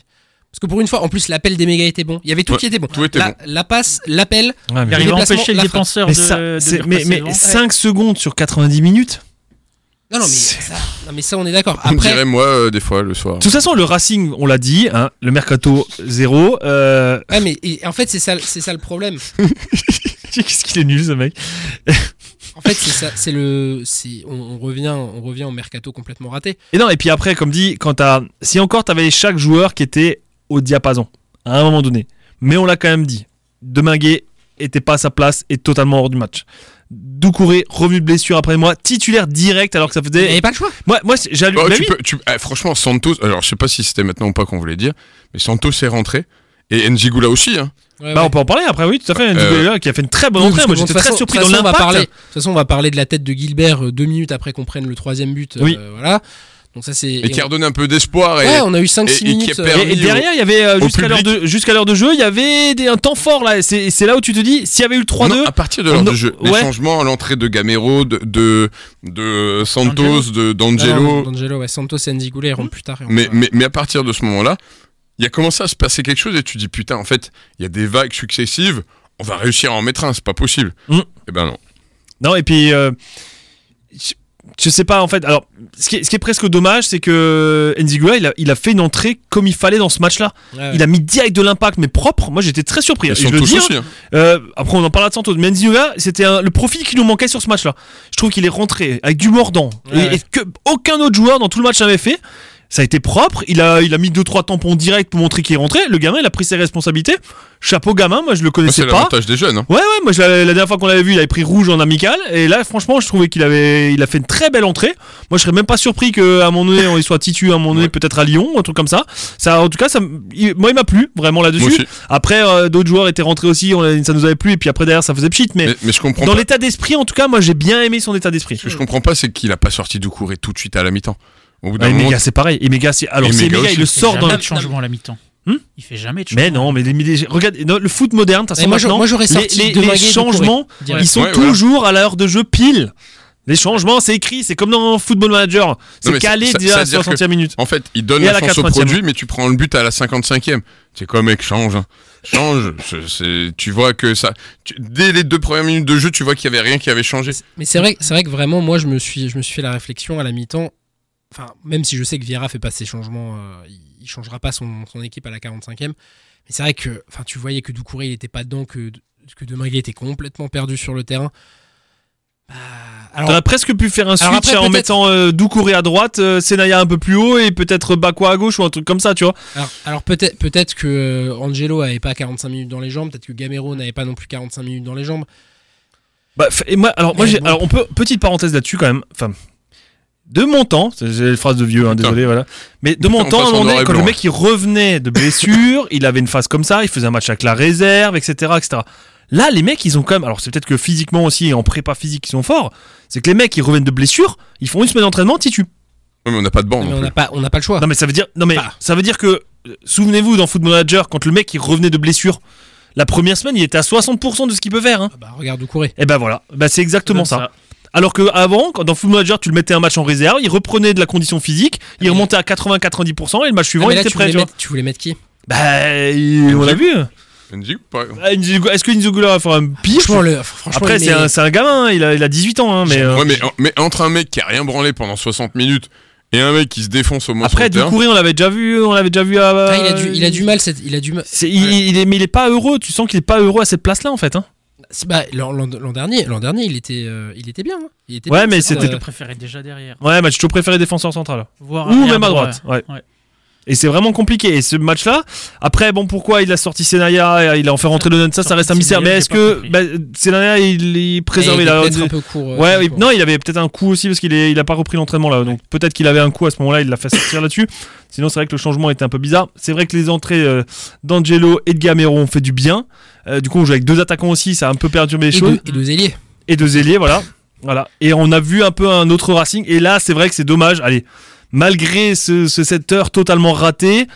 Speaker 8: Parce que pour une fois, en plus, l'appel des méga était bon. Il y avait tout
Speaker 7: Ouais,
Speaker 8: qui était bon.
Speaker 7: tout était
Speaker 8: la, la passe, l'appel.
Speaker 5: Ouais, mais-
Speaker 6: Il arrive à
Speaker 8: déplacement,
Speaker 6: empêcher le
Speaker 8: la frappe.
Speaker 6: défenseur
Speaker 5: Mais,
Speaker 6: de-
Speaker 5: ça,
Speaker 6: de. lui
Speaker 5: c'est- mais,
Speaker 6: repasser
Speaker 5: mais
Speaker 6: devant.
Speaker 5: 5 secondes sur 90 minutes
Speaker 8: Non, non, mais,
Speaker 5: C'est-
Speaker 8: ça, non, mais ça, on est d'accord.
Speaker 7: on
Speaker 8: Après,
Speaker 7: dirait moi euh, des fois le soir.
Speaker 5: De toute façon, le Racing, on l'a dit, hein, le Mercato 0. Euh...
Speaker 8: ouais, mais et- en fait, c'est ça, c'est ça le problème.
Speaker 5: Qu'est-ce qu'il est nul ce mec
Speaker 8: En fait, c'est ça, c'est le, c'est, on, on revient, on revient au mercato complètement raté.
Speaker 5: Et non, et puis après, comme dit, quand t'as- si encore t'avais chaque joueur qui était au diapason, à un moment donné, mais on l'a quand même dit, Deminguet était pas à sa place et totalement hors du match. Doucouré, revenu de blessure après moi, titulaire direct alors que ça
Speaker 8: Il n'y
Speaker 5: faisait.
Speaker 8: avait pas le choix.
Speaker 5: Moi, moi j'allume.
Speaker 7: Oh,
Speaker 5: Bah
Speaker 7: tu
Speaker 5: oui.
Speaker 7: peux- tu- eh, franchement, Santos, alors je sais pas si c'était maintenant ou pas qu'on voulait dire, mais Santos est rentré Et N'Gula aussi. hein.
Speaker 8: Ouais,
Speaker 5: Bah,
Speaker 8: ouais.
Speaker 5: on peut en parler après, oui, tout à fait.
Speaker 7: Euh,
Speaker 5: Ndombele, qui a fait une très bonne
Speaker 8: Oui,
Speaker 5: entrée.
Speaker 8: parce que
Speaker 5: Moi,
Speaker 8: bon, de
Speaker 5: j'étais
Speaker 8: toute
Speaker 5: très
Speaker 8: façon-
Speaker 5: surpris
Speaker 8: de
Speaker 5: dans
Speaker 8: toute façon, on va parler-
Speaker 5: l'impact.
Speaker 8: De toute façon, on va parler de la tête de Gilbert euh, deux minutes après qu'on prenne le troisième but. euh,
Speaker 5: Oui.
Speaker 8: voilà. Donc ça c'est.
Speaker 7: Et, qui
Speaker 8: on-
Speaker 7: a redonné un peu d'espoir. Et...
Speaker 8: Ouais, on a eu
Speaker 7: et-
Speaker 8: 5-6
Speaker 7: et qui a
Speaker 8: minutes. euh,
Speaker 7: perdu-
Speaker 5: Et, et derrière, il y avait euh,
Speaker 7: au
Speaker 5: jusqu'à l'heure
Speaker 7: public.
Speaker 5: de jusqu'à l'heure de jeu, il y avait des- un temps fort là. Et C'est et c'est là où tu te dis, s'il y avait eu le 3-2,
Speaker 7: Non, à partir de l'heure
Speaker 5: Non,
Speaker 7: du jeu,
Speaker 5: ouais.
Speaker 7: les changements, l'entrée de Gamero, de, de, de Santos, de
Speaker 8: Ah Non,
Speaker 7: d'Angelo.
Speaker 8: D'Angelo, ouais, Santos et Nzigula iront plus tard. et on
Speaker 7: Mais,
Speaker 8: va-
Speaker 7: mais, mais à partir de ce moment-là, il y a commencé à se passer quelque chose et tu dis putain, en fait, il y a des vagues successives, on va réussir à en mettre un, c'est pas possible.
Speaker 5: Mm.
Speaker 7: Et ben non.
Speaker 5: Non, et puis. euh, je, je sais pas, en fait. Alors, ce qui est, ce qui est presque dommage, c'est que Nzigula, il a, il a fait une entrée comme il fallait dans ce match-là.
Speaker 8: Ouais, ouais.
Speaker 5: Il a mis direct de l'impact, mais propre. Moi, j'étais très surpris.
Speaker 7: Et
Speaker 5: Et je le
Speaker 7: Santos
Speaker 5: dis.
Speaker 7: aussi. hein.
Speaker 5: euh, après, on en parlera de Santos. Mais Nzigula, c'était un- le profil qui nous manquait sur ce match-là. Je trouve qu'il est rentré avec du mordant.
Speaker 8: Ouais,
Speaker 5: et,
Speaker 8: ouais.
Speaker 5: et que aucun autre joueur dans tout le match n'avait fait. Ça a été propre. Il a, il a mis 2-3 tampons directs pour montrer qu'il est rentré. Le gamin, il a pris ses responsabilités. Chapeau gamin, moi, je le
Speaker 7: Ça,
Speaker 5: connaissais
Speaker 7: C'est
Speaker 5: pas.
Speaker 7: l'avantage des jeunes. hein.
Speaker 5: Ouais, ouais, moi je l'avais- la dernière fois qu'on l'avait vu, il avait pris rouge en amical. Et là, franchement, je trouvais qu'il avait, il a fait une très belle entrée. Moi, je serais même pas surpris qu'à un moment donné, on y soit titu, à un moment donné,
Speaker 7: Ouais.
Speaker 5: peut-être à Lyon, un truc comme ça. ça en tout cas, ça, m- il- moi, il m'a plu vraiment
Speaker 7: Moi
Speaker 5: là-dessus.
Speaker 7: aussi.
Speaker 5: Après, euh, d'autres joueurs étaient rentrés aussi, on- ça nous avait plu. Et puis après, derrière, ça faisait pchit. Mais,
Speaker 7: Mais, mais je comprends
Speaker 5: dans
Speaker 7: pas.
Speaker 5: l'état d'esprit, en tout cas, moi, j'ai bien aimé son état d'esprit.
Speaker 7: Ce que je comprends pas, c'est qu'il a pas sorti Doucouré tout de suite à la mi-temps. Au bout
Speaker 5: Ah,
Speaker 7: d'un moment,
Speaker 5: Emega, c'est pareil. Emega, c'est. Alors,
Speaker 7: Et
Speaker 5: c'est
Speaker 7: Emega
Speaker 5: Emega,
Speaker 7: aussi.
Speaker 5: il le
Speaker 6: Il fait
Speaker 5: sort dans
Speaker 6: jamais
Speaker 5: la.
Speaker 6: de changement à la mi-temps.
Speaker 5: Hmm
Speaker 6: il fait jamais de changement.
Speaker 5: Mais non, mais les- les- regarde, non, le foot moderne, de toute
Speaker 8: Et
Speaker 5: façon,
Speaker 8: moi, je-
Speaker 5: maintenant,
Speaker 8: moi, j'aurais
Speaker 5: les-
Speaker 8: sorti
Speaker 5: les-
Speaker 8: de
Speaker 5: les
Speaker 8: Maguet, de Doucouré.
Speaker 5: changements,
Speaker 8: Direct.
Speaker 5: Ils sont
Speaker 7: Ouais, voilà.
Speaker 5: toujours à l'heure de jeu pile. Les changements, c'est écrit, c'est comme dans Football Manager. C'est
Speaker 7: mais ça-
Speaker 5: calé
Speaker 7: ça-
Speaker 5: déjà à la
Speaker 7: ça veut dire
Speaker 5: 60e minute.
Speaker 7: En fait, il donne
Speaker 5: Et à
Speaker 7: la
Speaker 5: la
Speaker 7: chance au
Speaker 5: 80e.
Speaker 7: produit, mais tu prends le but à la 55e. C'est comme mec, change. hein. Change. C'est- c'est- tu vois que ça. tu- dès les deux premières minutes de jeu, tu vois qu'il y avait rien qui avait changé.
Speaker 8: Mais c'est vrai, c'est vrai que vraiment, moi, je me suis, je me suis fait la réflexion à la mi-temps. Enfin, même si je sais que Vieira fait pas ses changements, euh, il, il changera pas son, son équipe à la 45e. Mais c'est vrai que, enfin, tu voyais que Doucouré, il était pas dedans, que que Demingue était complètement perdu sur le terrain. Bah, alors,
Speaker 5: T'aurais presque pu faire un switch
Speaker 8: Alors après,
Speaker 5: en
Speaker 8: peut-être-
Speaker 5: mettant euh, Doucouré à droite, euh, Senaya un peu plus haut et peut-être Bakwa à gauche ou un truc comme ça, tu vois.
Speaker 8: Alors, alors peut-être peut-être que euh, Angelo avait pas 45 minutes dans les jambes, peut-être que Gamero n'avait pas non plus 45 minutes dans les jambes.
Speaker 5: Bah, f- et moi, alors, moi,
Speaker 8: Mais
Speaker 5: j'ai,
Speaker 8: bon.
Speaker 5: alors, on peut, petite parenthèse là-dessus quand même. Enfin, de mon temps, c'est j'ai une phrase de vieux, hein,
Speaker 7: Putain.
Speaker 5: désolé, voilà. Mais de mon
Speaker 7: Putain, on
Speaker 5: temps, à un
Speaker 7: passe en
Speaker 5: moment donné,
Speaker 7: noir et
Speaker 5: quand le
Speaker 7: blanc.
Speaker 5: mec il revenait de blessure, il avait une phase comme ça, il faisait un match avec la réserve, etc., etc. Là, les mecs, ils ont quand même. Alors, c'est peut-être que physiquement aussi, et en prépa physique, ils sont forts. C'est que les mecs, ils reviennent de blessure, ils font une semaine d'entraînement, titu.
Speaker 7: Ouais, mais on n'a pas de banc.
Speaker 8: Mais
Speaker 7: non
Speaker 8: on
Speaker 7: plus.
Speaker 8: n'a pas on n'a pas le choix.
Speaker 5: Non, mais ça veut dire. Non, mais
Speaker 8: Ah.
Speaker 5: ça veut dire que. euh, Souvenez-vous, dans Football Manager, quand le mec il revenait de blessure, la première semaine, il était à 60% de ce qu'il peut faire. hein.
Speaker 8: Ah bah, regarde Doucouré.
Speaker 5: Et ben voilà, bah, c'est exactement
Speaker 6: Comme
Speaker 5: ça. Alors que avant, quand dans Full Manager, tu le mettais un match en réserve, il reprenait de la condition physique, il
Speaker 8: Mais-
Speaker 5: remontait à 80-90% et le match suivant,
Speaker 8: Ah,
Speaker 5: il
Speaker 8: mais là,
Speaker 5: était
Speaker 8: tu,
Speaker 5: prêt.
Speaker 8: voulais
Speaker 5: tu vois.
Speaker 8: mettre, tu voulais mettre qui
Speaker 5: Bah, il- on l'a vu.
Speaker 7: Ndjik, pas- Ouais,
Speaker 5: Ah, Nziogo- Est-ce que Nzogula va faire un pire
Speaker 8: Franchement, le, franchement
Speaker 5: Après,
Speaker 8: il
Speaker 5: c'est
Speaker 8: met-
Speaker 5: un, c'est un gamin, hein, il a, il a 18 ans, hein, mais. euh,
Speaker 7: mais, en- mais entre un mec qui a rien branlé pendant 60 minutes et un mec qui se défonce au moins sur
Speaker 5: Après,
Speaker 7: le terrain,
Speaker 5: Doucouré, on l'avait déjà vu, on l'avait déjà vu à.
Speaker 8: Ah, il, a du, il a du mal, cette- il a du mal.
Speaker 5: C'est- il- il est, mais il est pas heureux, tu sens qu'il est pas heureux à cette place-là en fait. hein.
Speaker 8: C'est- bah, l'an, l'an- l'an dernier, l'an dernier, il était, euh, il était bien. hein. Il était
Speaker 5: Ouais,
Speaker 8: bien,
Speaker 5: mais
Speaker 8: c'est
Speaker 5: c'était-
Speaker 6: Je
Speaker 8: euh,
Speaker 6: préférais déjà derrière.
Speaker 5: Ouais, match, je préféré défenseur central.
Speaker 6: Voire
Speaker 5: Ou
Speaker 6: arrière
Speaker 5: même à
Speaker 6: droit.
Speaker 5: droite. Ouais.
Speaker 6: Ouais.
Speaker 5: Et c'est vraiment compliqué. Et ce match-là, après, bon, pourquoi il a sorti Senaya, il a en fait rentrer Donan, ça, ça
Speaker 6: Sorti
Speaker 5: reste un mystère. Mais
Speaker 6: Senaya,
Speaker 5: est-ce
Speaker 6: j'ai
Speaker 5: que
Speaker 6: pas compris.
Speaker 5: bah, Senaya, il est préservé
Speaker 8: il
Speaker 5: là
Speaker 8: est peut-être un peu court. euh,
Speaker 5: Ouais,
Speaker 8: un peu
Speaker 5: oui.
Speaker 8: court.
Speaker 5: non, il avait peut-être un coup aussi parce qu'il est, il a pas repris l'entraînement là. Donc peut-être qu'il avait un coup à ce moment-là, il l'a fait sortir là-dessus. Sinon, c'est vrai que le changement était un peu bizarre. C'est vrai que les entrées euh, d'Angelo et de Gamero ont fait du bien. Euh, du coup, on joue avec deux attaquants aussi, ça a un peu perturbé les
Speaker 8: et,
Speaker 5: choses
Speaker 8: deux, et deux ailiers.
Speaker 5: et deux ailiers, voilà. voilà. Et on a vu un peu un autre Racing. Et là, c'est vrai que c'est dommage. Allez, malgré ce, ce 7 heures totalement raté,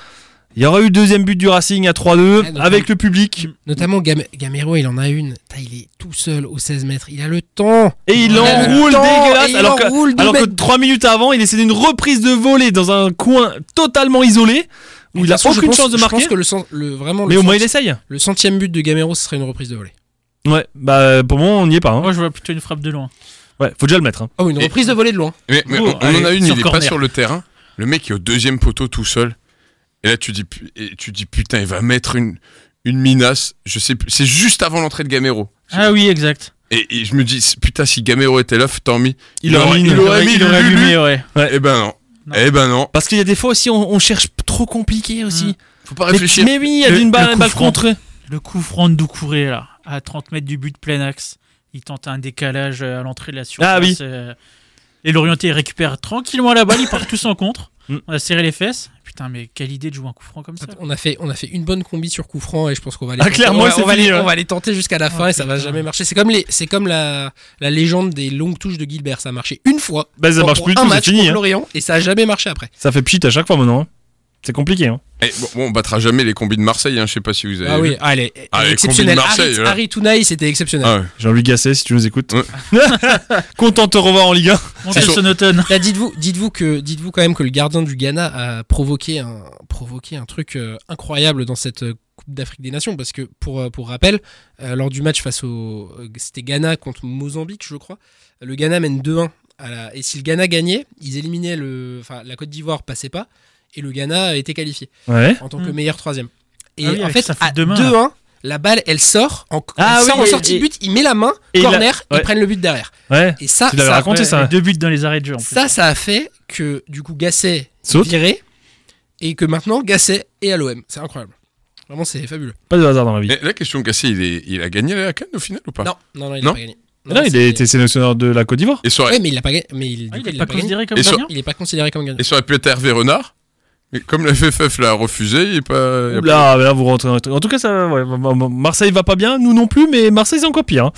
Speaker 5: il y aura eu le deuxième but du Racing à 3-2
Speaker 8: Ouais, donc-
Speaker 5: avec le public.
Speaker 8: Notamment Gam- Gamero, il en a une. Putain, il est tout seul aux 16 mètres. Il a le temps.
Speaker 5: Et il
Speaker 8: a le
Speaker 5: enroule
Speaker 8: temps, et
Speaker 5: dégueulasse.
Speaker 8: il
Speaker 5: Alors que,
Speaker 8: enroule de
Speaker 5: alors que
Speaker 8: mettre-
Speaker 5: trois minutes avant, il essayait une reprise de volée dans un coin totalement isolé où
Speaker 8: Mais de
Speaker 5: il a
Speaker 8: toute façon, je
Speaker 5: aucune
Speaker 8: pense-
Speaker 5: chance de
Speaker 8: Je
Speaker 5: marquer.
Speaker 8: pense que le, cent- le- vraiment,
Speaker 5: Mais
Speaker 8: le,
Speaker 5: au moins,
Speaker 8: cent-
Speaker 5: il essaye.
Speaker 8: le centième but de Gamero, ce serait une reprise de volée.
Speaker 5: Ouais, bah pour moi, on n'y est pas. hein.
Speaker 6: Moi, je vois plutôt une frappe de loin.
Speaker 5: Ouais, faut déjà le mettre. hein.
Speaker 8: Oh, une
Speaker 7: Et-
Speaker 8: reprise de volée de loin.
Speaker 7: mais, mais
Speaker 6: Oh,
Speaker 7: on, on en a
Speaker 6: allez,
Speaker 7: une,
Speaker 6: sur
Speaker 7: il est pas
Speaker 6: corner.
Speaker 7: sur le terrain. Le mec est au deuxième poteau tout seul. Et là, tu dis, pu- et tu dis putain, il va mettre une, une minace. Je sais, plus- c'est juste avant l'entrée de Gamero.
Speaker 6: Ah oui, exact.
Speaker 7: Et, et je me dis, putain, si Gamero était là, tant mieux.
Speaker 5: Il aurait mis une-
Speaker 7: aurait
Speaker 6: il aurait
Speaker 7: Lulu.
Speaker 6: allumé, ouais.
Speaker 7: Eh ben non.
Speaker 6: Non.
Speaker 7: Eh ben non.
Speaker 5: Parce qu'il y a des fois aussi, on, on cherche trop compliqué aussi.
Speaker 7: Faut pas
Speaker 5: Mais,
Speaker 7: réfléchir.
Speaker 5: mais oui, il y a
Speaker 6: Le-
Speaker 5: une
Speaker 6: le
Speaker 5: balle,
Speaker 6: coup
Speaker 5: une balle
Speaker 6: franc.
Speaker 5: contre.
Speaker 6: Le coup franc de Doucouré, là, à 30 mètres du but plein axe. Il tente un décalage euh, à l'entrée de la surface.
Speaker 5: Ah oui.
Speaker 6: euh, et l'Orienté il récupère tranquillement la balle, ils partent tous en contre.
Speaker 5: Mm.
Speaker 6: On a serré les fesses. Putain, mais quelle idée de jouer un coup franc comme ça.
Speaker 8: On a, fait, on a fait une bonne combi sur coup franc et je pense qu'on va les
Speaker 5: Ah,
Speaker 8: tenter,
Speaker 5: clairement,
Speaker 8: on va-
Speaker 5: c'est
Speaker 8: on va
Speaker 5: fini,
Speaker 8: les-
Speaker 5: ouais. Ah,
Speaker 8: on va les tenter jusqu'à la fin
Speaker 6: Oh,
Speaker 8: et ça va
Speaker 6: putain.
Speaker 8: jamais marcher. C'est comme, les, c'est comme la, la légende des longues touches de Gilbert. Ça a marché une fois.
Speaker 5: Bah, ça
Speaker 8: pour-
Speaker 5: marche
Speaker 8: pour
Speaker 5: plus du
Speaker 8: un
Speaker 5: tout, c'est
Speaker 8: match
Speaker 5: fini.
Speaker 8: contre
Speaker 5: hein.
Speaker 8: Lorient et ça a jamais marché après.
Speaker 5: Ça fait pchit à chaque fois maintenant. hein. C'est compliqué. Hein.
Speaker 7: Eh, bon, bon, on battra jamais les combis de Marseille, hein, je sais pas si vous avez.
Speaker 8: Ah
Speaker 7: vu.
Speaker 8: oui, ah, elle est, elle
Speaker 7: Ah,
Speaker 8: est
Speaker 7: les
Speaker 8: exceptionnelle.
Speaker 7: combis de Marseille,
Speaker 8: Harry,
Speaker 5: hein.
Speaker 7: là.
Speaker 8: Harry Tounaï, c'était exceptionnel.
Speaker 7: Ah ouais.
Speaker 5: Jean-Louis Gasset, si tu nous écoutes.
Speaker 7: Ouais.
Speaker 5: Content de te revoir en Ligue 1.
Speaker 6: Mon
Speaker 7: C'est sûr.
Speaker 6: Nelson Auton.
Speaker 8: Là, dites-vous, dites-vous que, dites-vous quand même que le gardien du Ghana a provoqué un, provoqué un truc euh, incroyable dans cette euh, Coupe d'Afrique des Nations, parce que pour, euh, pour rappel, euh, lors du match face au, euh, c'était Ghana contre Mozambique, je crois, le Ghana mène 2-1. à la- Et si le Ghana gagnait, ils éliminaient le, enfin, la Côte d'Ivoire passait pas, et le Ghana était qualifié
Speaker 5: Ouais.
Speaker 8: en tant
Speaker 6: Hmm.
Speaker 8: que meilleur troisième. Et
Speaker 6: Ah oui,
Speaker 8: en
Speaker 6: avec
Speaker 8: fait,
Speaker 6: sa faute
Speaker 8: à
Speaker 6: de main,
Speaker 8: 2-1, la balle, elle sort en,
Speaker 5: Ah
Speaker 8: elle sort
Speaker 5: oui,
Speaker 8: en
Speaker 5: et-
Speaker 8: sortie
Speaker 5: et-
Speaker 8: de but, il met la main,
Speaker 5: et il a-
Speaker 8: corner,
Speaker 5: ouais.
Speaker 8: ils prennent le but derrière.
Speaker 5: Ouais.
Speaker 8: Et ça,
Speaker 5: Tu l'avais
Speaker 8: ça-
Speaker 5: raconté
Speaker 6: Ouais,
Speaker 5: ça.
Speaker 6: et Deux buts dans les arrêts de jeu en plus.
Speaker 8: ça, ça a fait que du coup Gasset
Speaker 5: Saute.
Speaker 8: viré et que maintenant Gasset est à l'OM. C'est incroyable. Vraiment, c'est fabuleux.
Speaker 5: Pas de hasard dans la vie.
Speaker 7: Eh, la question cassée, il, est- il a gagné la canne au final ou pas
Speaker 8: Non, non, non, il
Speaker 7: Non.
Speaker 8: a pas gagné.
Speaker 5: Là, il a
Speaker 8: c'est-
Speaker 5: été sélectionneur de la Côte d'Ivoire.
Speaker 7: Et ça aurait,
Speaker 8: Ouais, mais il a pas gagné. Mais il,
Speaker 6: Ah,
Speaker 8: du
Speaker 6: il
Speaker 8: coup,
Speaker 6: est
Speaker 8: il
Speaker 6: pas
Speaker 8: a pas gagné.
Speaker 6: considéré comme
Speaker 7: Et sur-
Speaker 6: gagnant
Speaker 8: Il est pas considéré comme gagnant.
Speaker 7: et ça aurait pu être Hervé Renard, mais comme la FFF l'a refusé, il est pas. il a pas-
Speaker 5: Là, là, vous rentrez dans un truc. En tout cas, ça, ouais, Marseille va pas bien, nous non plus, mais Marseille c'est encore pire. hein.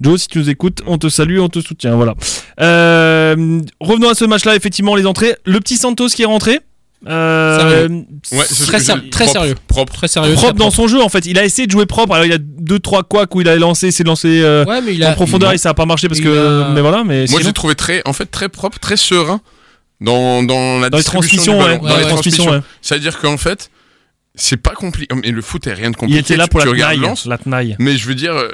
Speaker 5: Joe, si tu nous écoutes, on te salue, on te soutient. Voilà. Euh, revenons à ce match-là, effectivement, les entrées. Le petit Santos qui est rentré. Euh,
Speaker 8: Sérieux.
Speaker 7: Ouais, c'est ce
Speaker 8: Très
Speaker 7: que
Speaker 8: ser-
Speaker 7: j'ai-
Speaker 8: très
Speaker 7: propre,
Speaker 8: sérieux.
Speaker 7: Propre.
Speaker 8: Très sérieux.
Speaker 5: propre
Speaker 8: très
Speaker 5: dans son jeu en fait. Il a essayé de jouer propre. Alors il y a deux trois couacs où il a lancé, s'est lancé euh,
Speaker 8: Ouais, mais il
Speaker 5: en
Speaker 8: a.
Speaker 5: profondeur et ça a pas marché parce
Speaker 8: il
Speaker 5: que.
Speaker 8: a-
Speaker 5: Mais voilà. Mais
Speaker 7: Moi,
Speaker 5: sinon-
Speaker 7: j'ai trouvé très, en fait, très propre, très serein dans, dans la
Speaker 5: dans les
Speaker 7: distribution
Speaker 5: transmissions,
Speaker 7: du
Speaker 5: ouais.
Speaker 7: ballon,
Speaker 5: Dans
Speaker 8: Ouais,
Speaker 5: les
Speaker 8: ouais.
Speaker 5: transmissions, ouais.
Speaker 7: Ça veut dire qu'en fait, c'est pas compliqué. Mais le foot est rien de
Speaker 5: Il
Speaker 7: compliqué.
Speaker 5: était là
Speaker 7: Tu-
Speaker 5: pour
Speaker 7: tu
Speaker 5: la
Speaker 7: regardes
Speaker 5: tenaille.
Speaker 7: Lens,
Speaker 5: La tenaille.
Speaker 7: Mais je veux dire, euh,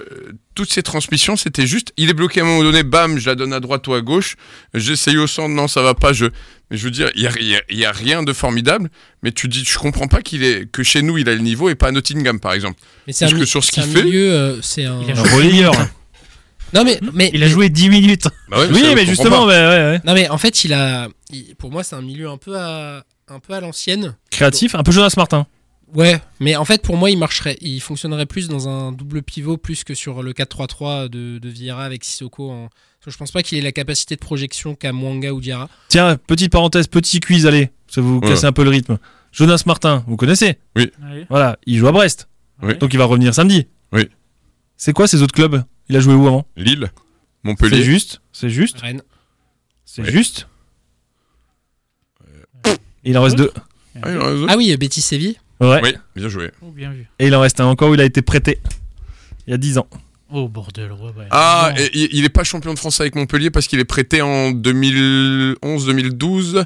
Speaker 7: toutes ces transmissions, c'était juste. Il est bloqué à un moment donné, bam, je la donne à droite ou à gauche. J'essaye au centre, non, ça va pas. Je... Mais je veux dire, il n'y a, il y a- il y a rien de formidable. Mais tu dis, je comprends pas qu'il est que chez nous, il a le niveau et pas à Nottingham, par exemple.
Speaker 8: Mais c'est
Speaker 7: Parce
Speaker 8: un,
Speaker 7: que sur ce
Speaker 8: c'est
Speaker 7: qu'il
Speaker 8: un
Speaker 7: fait-
Speaker 8: milieu, euh, c'est un.
Speaker 6: Il a
Speaker 5: Un relayeur.
Speaker 8: Non mais
Speaker 5: Hmm.
Speaker 8: mais
Speaker 6: Il a joué 10 minutes.
Speaker 7: Bah
Speaker 5: Oui, mais justement, ouais, ouais, ouais.
Speaker 8: non mais en fait, il a. il- pour moi, c'est un milieu un peu à un peu à l'ancienne.
Speaker 5: créatif, un peu Jonas Martin.
Speaker 8: Ouais, mais en fait, pour moi, il marcherait. Il fonctionnerait plus dans un double pivot plus que sur le 4-3-3 de, de Vieira avec Sissoko. En... Parce que je pense pas qu'il ait la capacité de projection qu'a Mwanga ou Diarra.
Speaker 5: Tiens, petite parenthèse, petit quiz, allez, ça vous
Speaker 7: Ouais.
Speaker 5: casse un peu le rythme. Jonas Martin, vous connaissez
Speaker 6: Ouais.
Speaker 5: Voilà, il joue à Brest,
Speaker 7: Oui.
Speaker 5: donc il va revenir samedi.
Speaker 7: Oui.
Speaker 5: C'est quoi ces autres clubs Il a joué où avant
Speaker 7: Lille,
Speaker 5: C'est
Speaker 7: Montpellier.
Speaker 5: juste, c'est juste,
Speaker 8: Rennes.
Speaker 5: c'est
Speaker 7: Ouais.
Speaker 5: juste. Et Euh, il en reste deux.
Speaker 7: Ah, il en reste deux.
Speaker 8: Ah oui, euh, Betis Séville.
Speaker 5: Ah, Ouais.
Speaker 7: Oui, bien joué.
Speaker 6: Oh, bien vu.
Speaker 5: Et il en reste un encore où il a été prêté il y a 10 ans.
Speaker 6: Oh, bordel. ouais, ouais.
Speaker 7: Ah,
Speaker 6: Non.
Speaker 7: et il il est pas champion de France avec Montpellier parce qu'il est prêté en 2011-2012.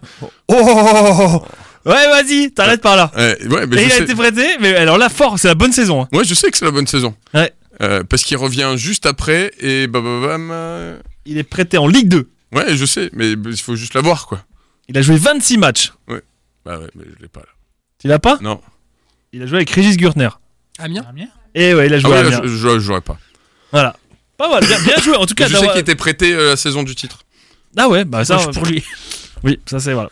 Speaker 5: Oh Ouais, vas-y, t'arrêtes par là.
Speaker 7: Euh, ouais, mais je
Speaker 5: Et il a
Speaker 7: sais-
Speaker 5: été prêté, mais alors là, fort, c'est la bonne saison. hein.
Speaker 7: Ouais, je sais que c'est la bonne saison.
Speaker 5: Ouais.
Speaker 7: Euh, parce qu'il revient juste après et bam bam bam. euh,
Speaker 5: Il est prêté en Ligue 2.
Speaker 7: bah, Ouais, je sais, mais il faut juste la voir, quoi.
Speaker 5: Il a joué 26 matchs.
Speaker 7: Bah ouais, mais je l'ai pas là.
Speaker 5: Tu l'as pas
Speaker 7: Non.
Speaker 5: Il a joué avec Régis Gurtner.
Speaker 8: Amiens.
Speaker 6: Ah, bien.
Speaker 5: Et ouais, il a
Speaker 7: Ah
Speaker 5: joué
Speaker 7: ouais,
Speaker 5: à Amiens.
Speaker 7: là, je- je j'aurais pas.
Speaker 5: Voilà. Pas mal, bien, bien joué en tout
Speaker 7: Mais
Speaker 5: cas.
Speaker 7: je sais
Speaker 5: d'avoir-
Speaker 7: qu'il était prêté euh, la saison du titre.
Speaker 5: Ah ouais, bah ça
Speaker 6: Moi, je- pour lui.
Speaker 5: Oui, ça c'est voilà.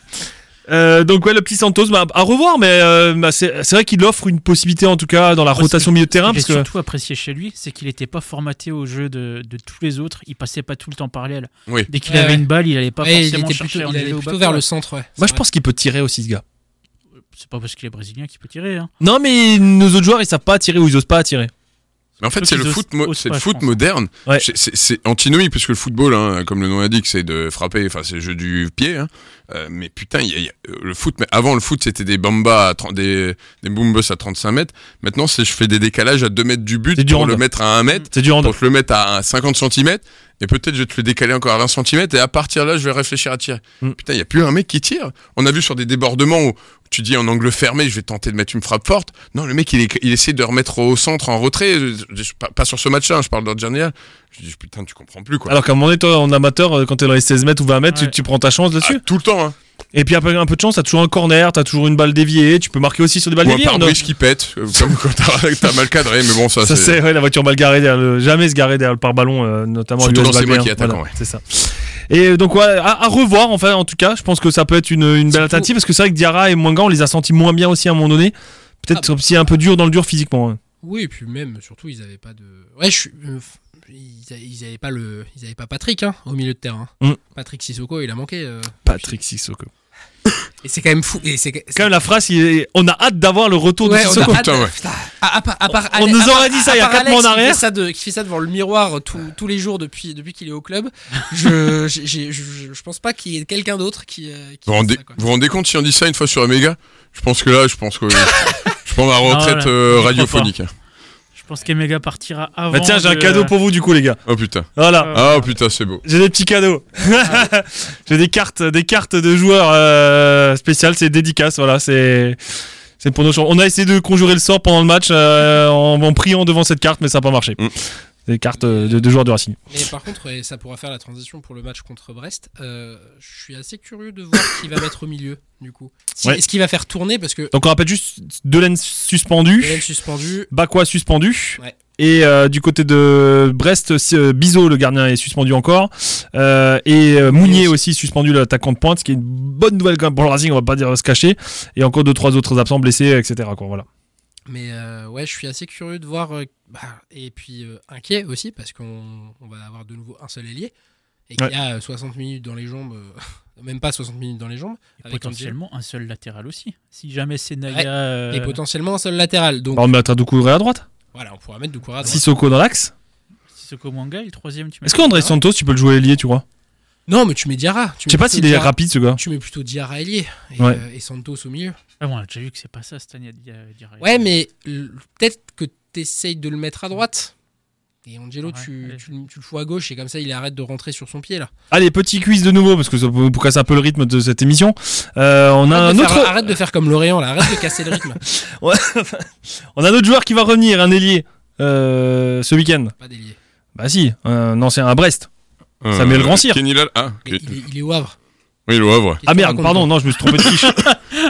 Speaker 5: Euh, donc ouais, le petit Santos, bah, à revoir, mais euh, bah, c'est c'est vrai qu'il offre une possibilité en tout cas dans la
Speaker 6: Moi,
Speaker 5: rotation
Speaker 6: ce
Speaker 5: milieu de terrain
Speaker 6: J'ai
Speaker 5: parce que
Speaker 6: surtout apprécié chez lui, c'est qu'il n'était pas formaté au jeu de, de tous les autres. Il passait pas tout le temps par l'aile.
Speaker 7: Oui.
Speaker 6: Dès qu'il
Speaker 8: Ouais,
Speaker 6: avait
Speaker 8: ouais.
Speaker 6: une balle, il allait pas
Speaker 8: Ouais, il
Speaker 6: forcément
Speaker 8: était
Speaker 6: chercher
Speaker 8: plutôt, il
Speaker 6: Angelo
Speaker 8: allait
Speaker 6: au
Speaker 8: plutôt
Speaker 6: bas
Speaker 8: vers
Speaker 6: de
Speaker 8: le
Speaker 6: toi.
Speaker 8: centre. Ouais.
Speaker 5: moi je pense qu'il peut tirer aussi ce gars.
Speaker 6: C'est pas parce qu'il est brésilien qu'il peut tirer. Hein.
Speaker 5: Non mais nos autres joueurs ils savent pas tirer ou ils osent pas tirer.
Speaker 7: Mais en fait,
Speaker 6: Surtout
Speaker 7: c'est le
Speaker 6: qu'ils
Speaker 7: foot,
Speaker 6: osent-
Speaker 7: mo-
Speaker 6: osent
Speaker 7: c'est le
Speaker 6: pas, je
Speaker 7: foot
Speaker 6: pense.
Speaker 7: moderne.
Speaker 5: Ouais.
Speaker 7: C'est- C'est c'est antinomique parce que le football, hein, comme le nom l'indique, c'est de frapper. Enfin, c'est le jeu du pied. hein. Euh, mais putain, il y a- il y a- euh, le foot. Mais avant, le foot, c'était des bambas, à 30 des des boombus à 35 mètres. Maintenant, c'est je fais des décalages à 2 mètres du but
Speaker 5: C'est du
Speaker 7: pour
Speaker 5: hand.
Speaker 7: le mettre à 1 mètre.
Speaker 5: C'est du hand.
Speaker 7: pour te le mettre à 50 cm et peut-être je vais te le décaler encore à 20 cm et à partir de là je vais réfléchir à tirer.
Speaker 5: Mm.
Speaker 7: Putain, il n'y a plus un mec qui tire. On a vu sur des débordements où tu dis en angle fermé je vais tenter de mettre une frappe forte. Non, le mec il, est- il essaie de remettre au centre en retrait. Je- je- pas, pas sur ce match-là, hein, je parle d'un général. Je dis putain, tu comprends plus quoi.
Speaker 5: Alors qu'à un moment donné, toi en amateur, euh, quand t'es dans les 16 mètres ou 20 mètres, tu-
Speaker 6: Ouais.
Speaker 5: tu, prends ta chance
Speaker 7: Ah,
Speaker 5: là-dessus.
Speaker 7: tout le temps, hein.
Speaker 5: Et puis après un peu de chance, t'as toujours un corner, t'as toujours une balle déviée, tu peux marquer aussi sur des balles
Speaker 7: Ou un
Speaker 5: déviées. on a-
Speaker 7: pare-brise qui pète, euh, comme quand t'as- t'as mal cadré, mais bon, ça,
Speaker 5: Ça
Speaker 7: c'est.
Speaker 5: c'est ouais, la voiture mal garée derrière le- jamais se garer derrière le pare-ballon euh, notamment
Speaker 7: Surtout
Speaker 5: à
Speaker 7: dans ces bois
Speaker 5: l'US-Bagdad,
Speaker 7: qui attaquent, ouais.
Speaker 5: C'est ça. Et euh, donc ouais, à, à revoir enfin en tout cas, je pense que ça peut être une, une belle
Speaker 8: Surtout-
Speaker 5: alternative parce que c'est vrai que Diarra et Mwanga on les a sentis moins bien aussi à un moment donné. Peut-être aussi un peu dur dans le dur physiquement. hein.
Speaker 8: Oui, et puis même, surtout, ils avaient pas de. Ouais, je suis. euh, f- Ils a- ils avaient pas le, ils avaient pas Patrick hein, au milieu de terrain.
Speaker 5: Mm.
Speaker 8: Patrick Sissoko, il a manqué. euh,
Speaker 5: Patrick Sissoko.
Speaker 8: Et c'est quand même fou. Et c'est c'est-
Speaker 5: Quand même, la phrase, il est- on a hâte d'avoir le retour
Speaker 8: Ouais,
Speaker 5: de
Speaker 8: on a Ah,
Speaker 5: Sissoko.
Speaker 8: hâte.
Speaker 7: Putain, ouais.
Speaker 8: À, à part- à part
Speaker 5: On
Speaker 8: Ale-
Speaker 5: nous
Speaker 8: à part-
Speaker 5: aurait dit ça il y a
Speaker 8: part
Speaker 5: quatre mois en
Speaker 8: ah, Alex qui
Speaker 5: arrière.
Speaker 8: fait ça de- Qui fait ça devant le miroir euh, tous- tous les jours depuis, depuis qu'il est au club. Je, j'ai- j'ai- je, je- je pense pas qu'il y ait quelqu'un d'autre qui. euh, qui
Speaker 7: Vous vous
Speaker 8: fasse
Speaker 7: rendez,
Speaker 8: ça, quoi.
Speaker 7: vous vous rendez compte si on dit ça une fois sur Omega Je pense que là, je pense que je prends ma retraite
Speaker 6: Ah, voilà.
Speaker 7: euh,
Speaker 6: Je crois
Speaker 7: radiophonique.
Speaker 6: Je pense qu'Emega partira avant.
Speaker 5: Bah tiens, j'ai un
Speaker 6: de-
Speaker 5: cadeau pour vous, du coup, les gars.
Speaker 7: Oh putain.
Speaker 5: Voilà.
Speaker 7: Ah putain, c'est beau.
Speaker 5: J'ai des petits cadeaux. j'ai des cartes, des cartes de joueurs euh, spéciales, c'est dédicace, voilà, c'est c'est pour nos champs. On a essayé de conjurer le sort pendant le match euh, en, en priant devant cette carte, mais ça n'a pas marché.
Speaker 7: Mm.
Speaker 5: Des cartes euh, de, de joueurs de Racing.
Speaker 8: Mais par contre, et ça pourra faire la transition pour le match contre Brest. euh, je suis assez curieux de voir qui va mettre au milieu, du coup. Si-
Speaker 5: Ouais.
Speaker 8: Est-ce qu'il va faire tourner Parce que
Speaker 5: Donc on rappelle juste Delaine suspendu,
Speaker 8: Hélène suspendu.
Speaker 5: Bakwa suspendu.
Speaker 8: Ouais.
Speaker 5: Et euh, du côté de Brest, si- euh, Bizot, le gardien, est suspendu encore. Euh, et euh, Mounier aussi suspendu, l'attaquant de pointe, ce qui est une bonne nouvelle quand même pour le Racing, on va pas dire euh, se cacher. Et encore deux, trois autres absents blessés, etc. Quoi, voilà.
Speaker 8: Mais euh, ouais, je suis assez curieux de voir. euh, bah, et puis euh, inquiet aussi, parce qu'on on va avoir de nouveau un seul ailier. Et qu'il
Speaker 5: Ouais.
Speaker 8: y a euh, 60 minutes dans les jambes. euh, même pas 60 minutes dans les jambes.
Speaker 6: Et
Speaker 8: Avec
Speaker 6: Ah, potentiellement un seul latéral aussi. Si jamais c'est Naya.
Speaker 8: Ouais.
Speaker 6: euh,
Speaker 8: Et potentiellement un seul latéral. Donc
Speaker 5: Bah, on mettra Doucouré à droite,
Speaker 8: voilà, on pourra mettre du courage.
Speaker 5: Sissoko dans l'axe.
Speaker 6: Sissoko Mwanga, et le troisième, tu mets.
Speaker 5: Est-ce qu'André Santos, tu peux le jouer ailier, tu vois
Speaker 8: Non, mais tu mets Diarra. Tu
Speaker 5: Je sais
Speaker 8: mets
Speaker 5: pas
Speaker 8: plutôt
Speaker 5: s'il est
Speaker 8: Diarra-
Speaker 5: rapide ce gars.
Speaker 8: Tu mets plutôt Diarra ailier et,
Speaker 5: Ouais.
Speaker 8: euh, et Santos au milieu.
Speaker 6: Ah bon, on a déjà vu que c'est pas ça cette année. il y a- il y a-
Speaker 8: Ouais, mais l- peut-être que t'essayes de le mettre à droite. Et Angelo,
Speaker 6: Ouais,
Speaker 8: tu,
Speaker 6: allez.
Speaker 8: tu, tu le fous à gauche et comme ça, il arrête de rentrer sur son pied là.
Speaker 5: Allez, petit quiz de nouveau, parce que ça peut- pour casser un peu le rythme de cette émission. Euh, on, a
Speaker 8: Arrête,
Speaker 5: un
Speaker 8: de
Speaker 5: autre,
Speaker 8: faire, arrête de faire comme Lorient là, arrête de casser le rythme.
Speaker 5: on a un autre joueur qui va revenir, un ailier, euh, ce week-end.
Speaker 8: Pas délié.
Speaker 5: Bah si, un ancien à Brest. Samuel Grand-Cyr.
Speaker 7: Kenny Lal- Ah,
Speaker 8: Mais
Speaker 7: ok.
Speaker 8: il, est, il est au Havre.
Speaker 7: oui, le Havre.
Speaker 8: Qu'est-ce
Speaker 5: Ah
Speaker 8: que tu
Speaker 5: merde,
Speaker 8: racontes,
Speaker 5: pardon,
Speaker 8: toi
Speaker 5: non, je me suis trompé de fiche.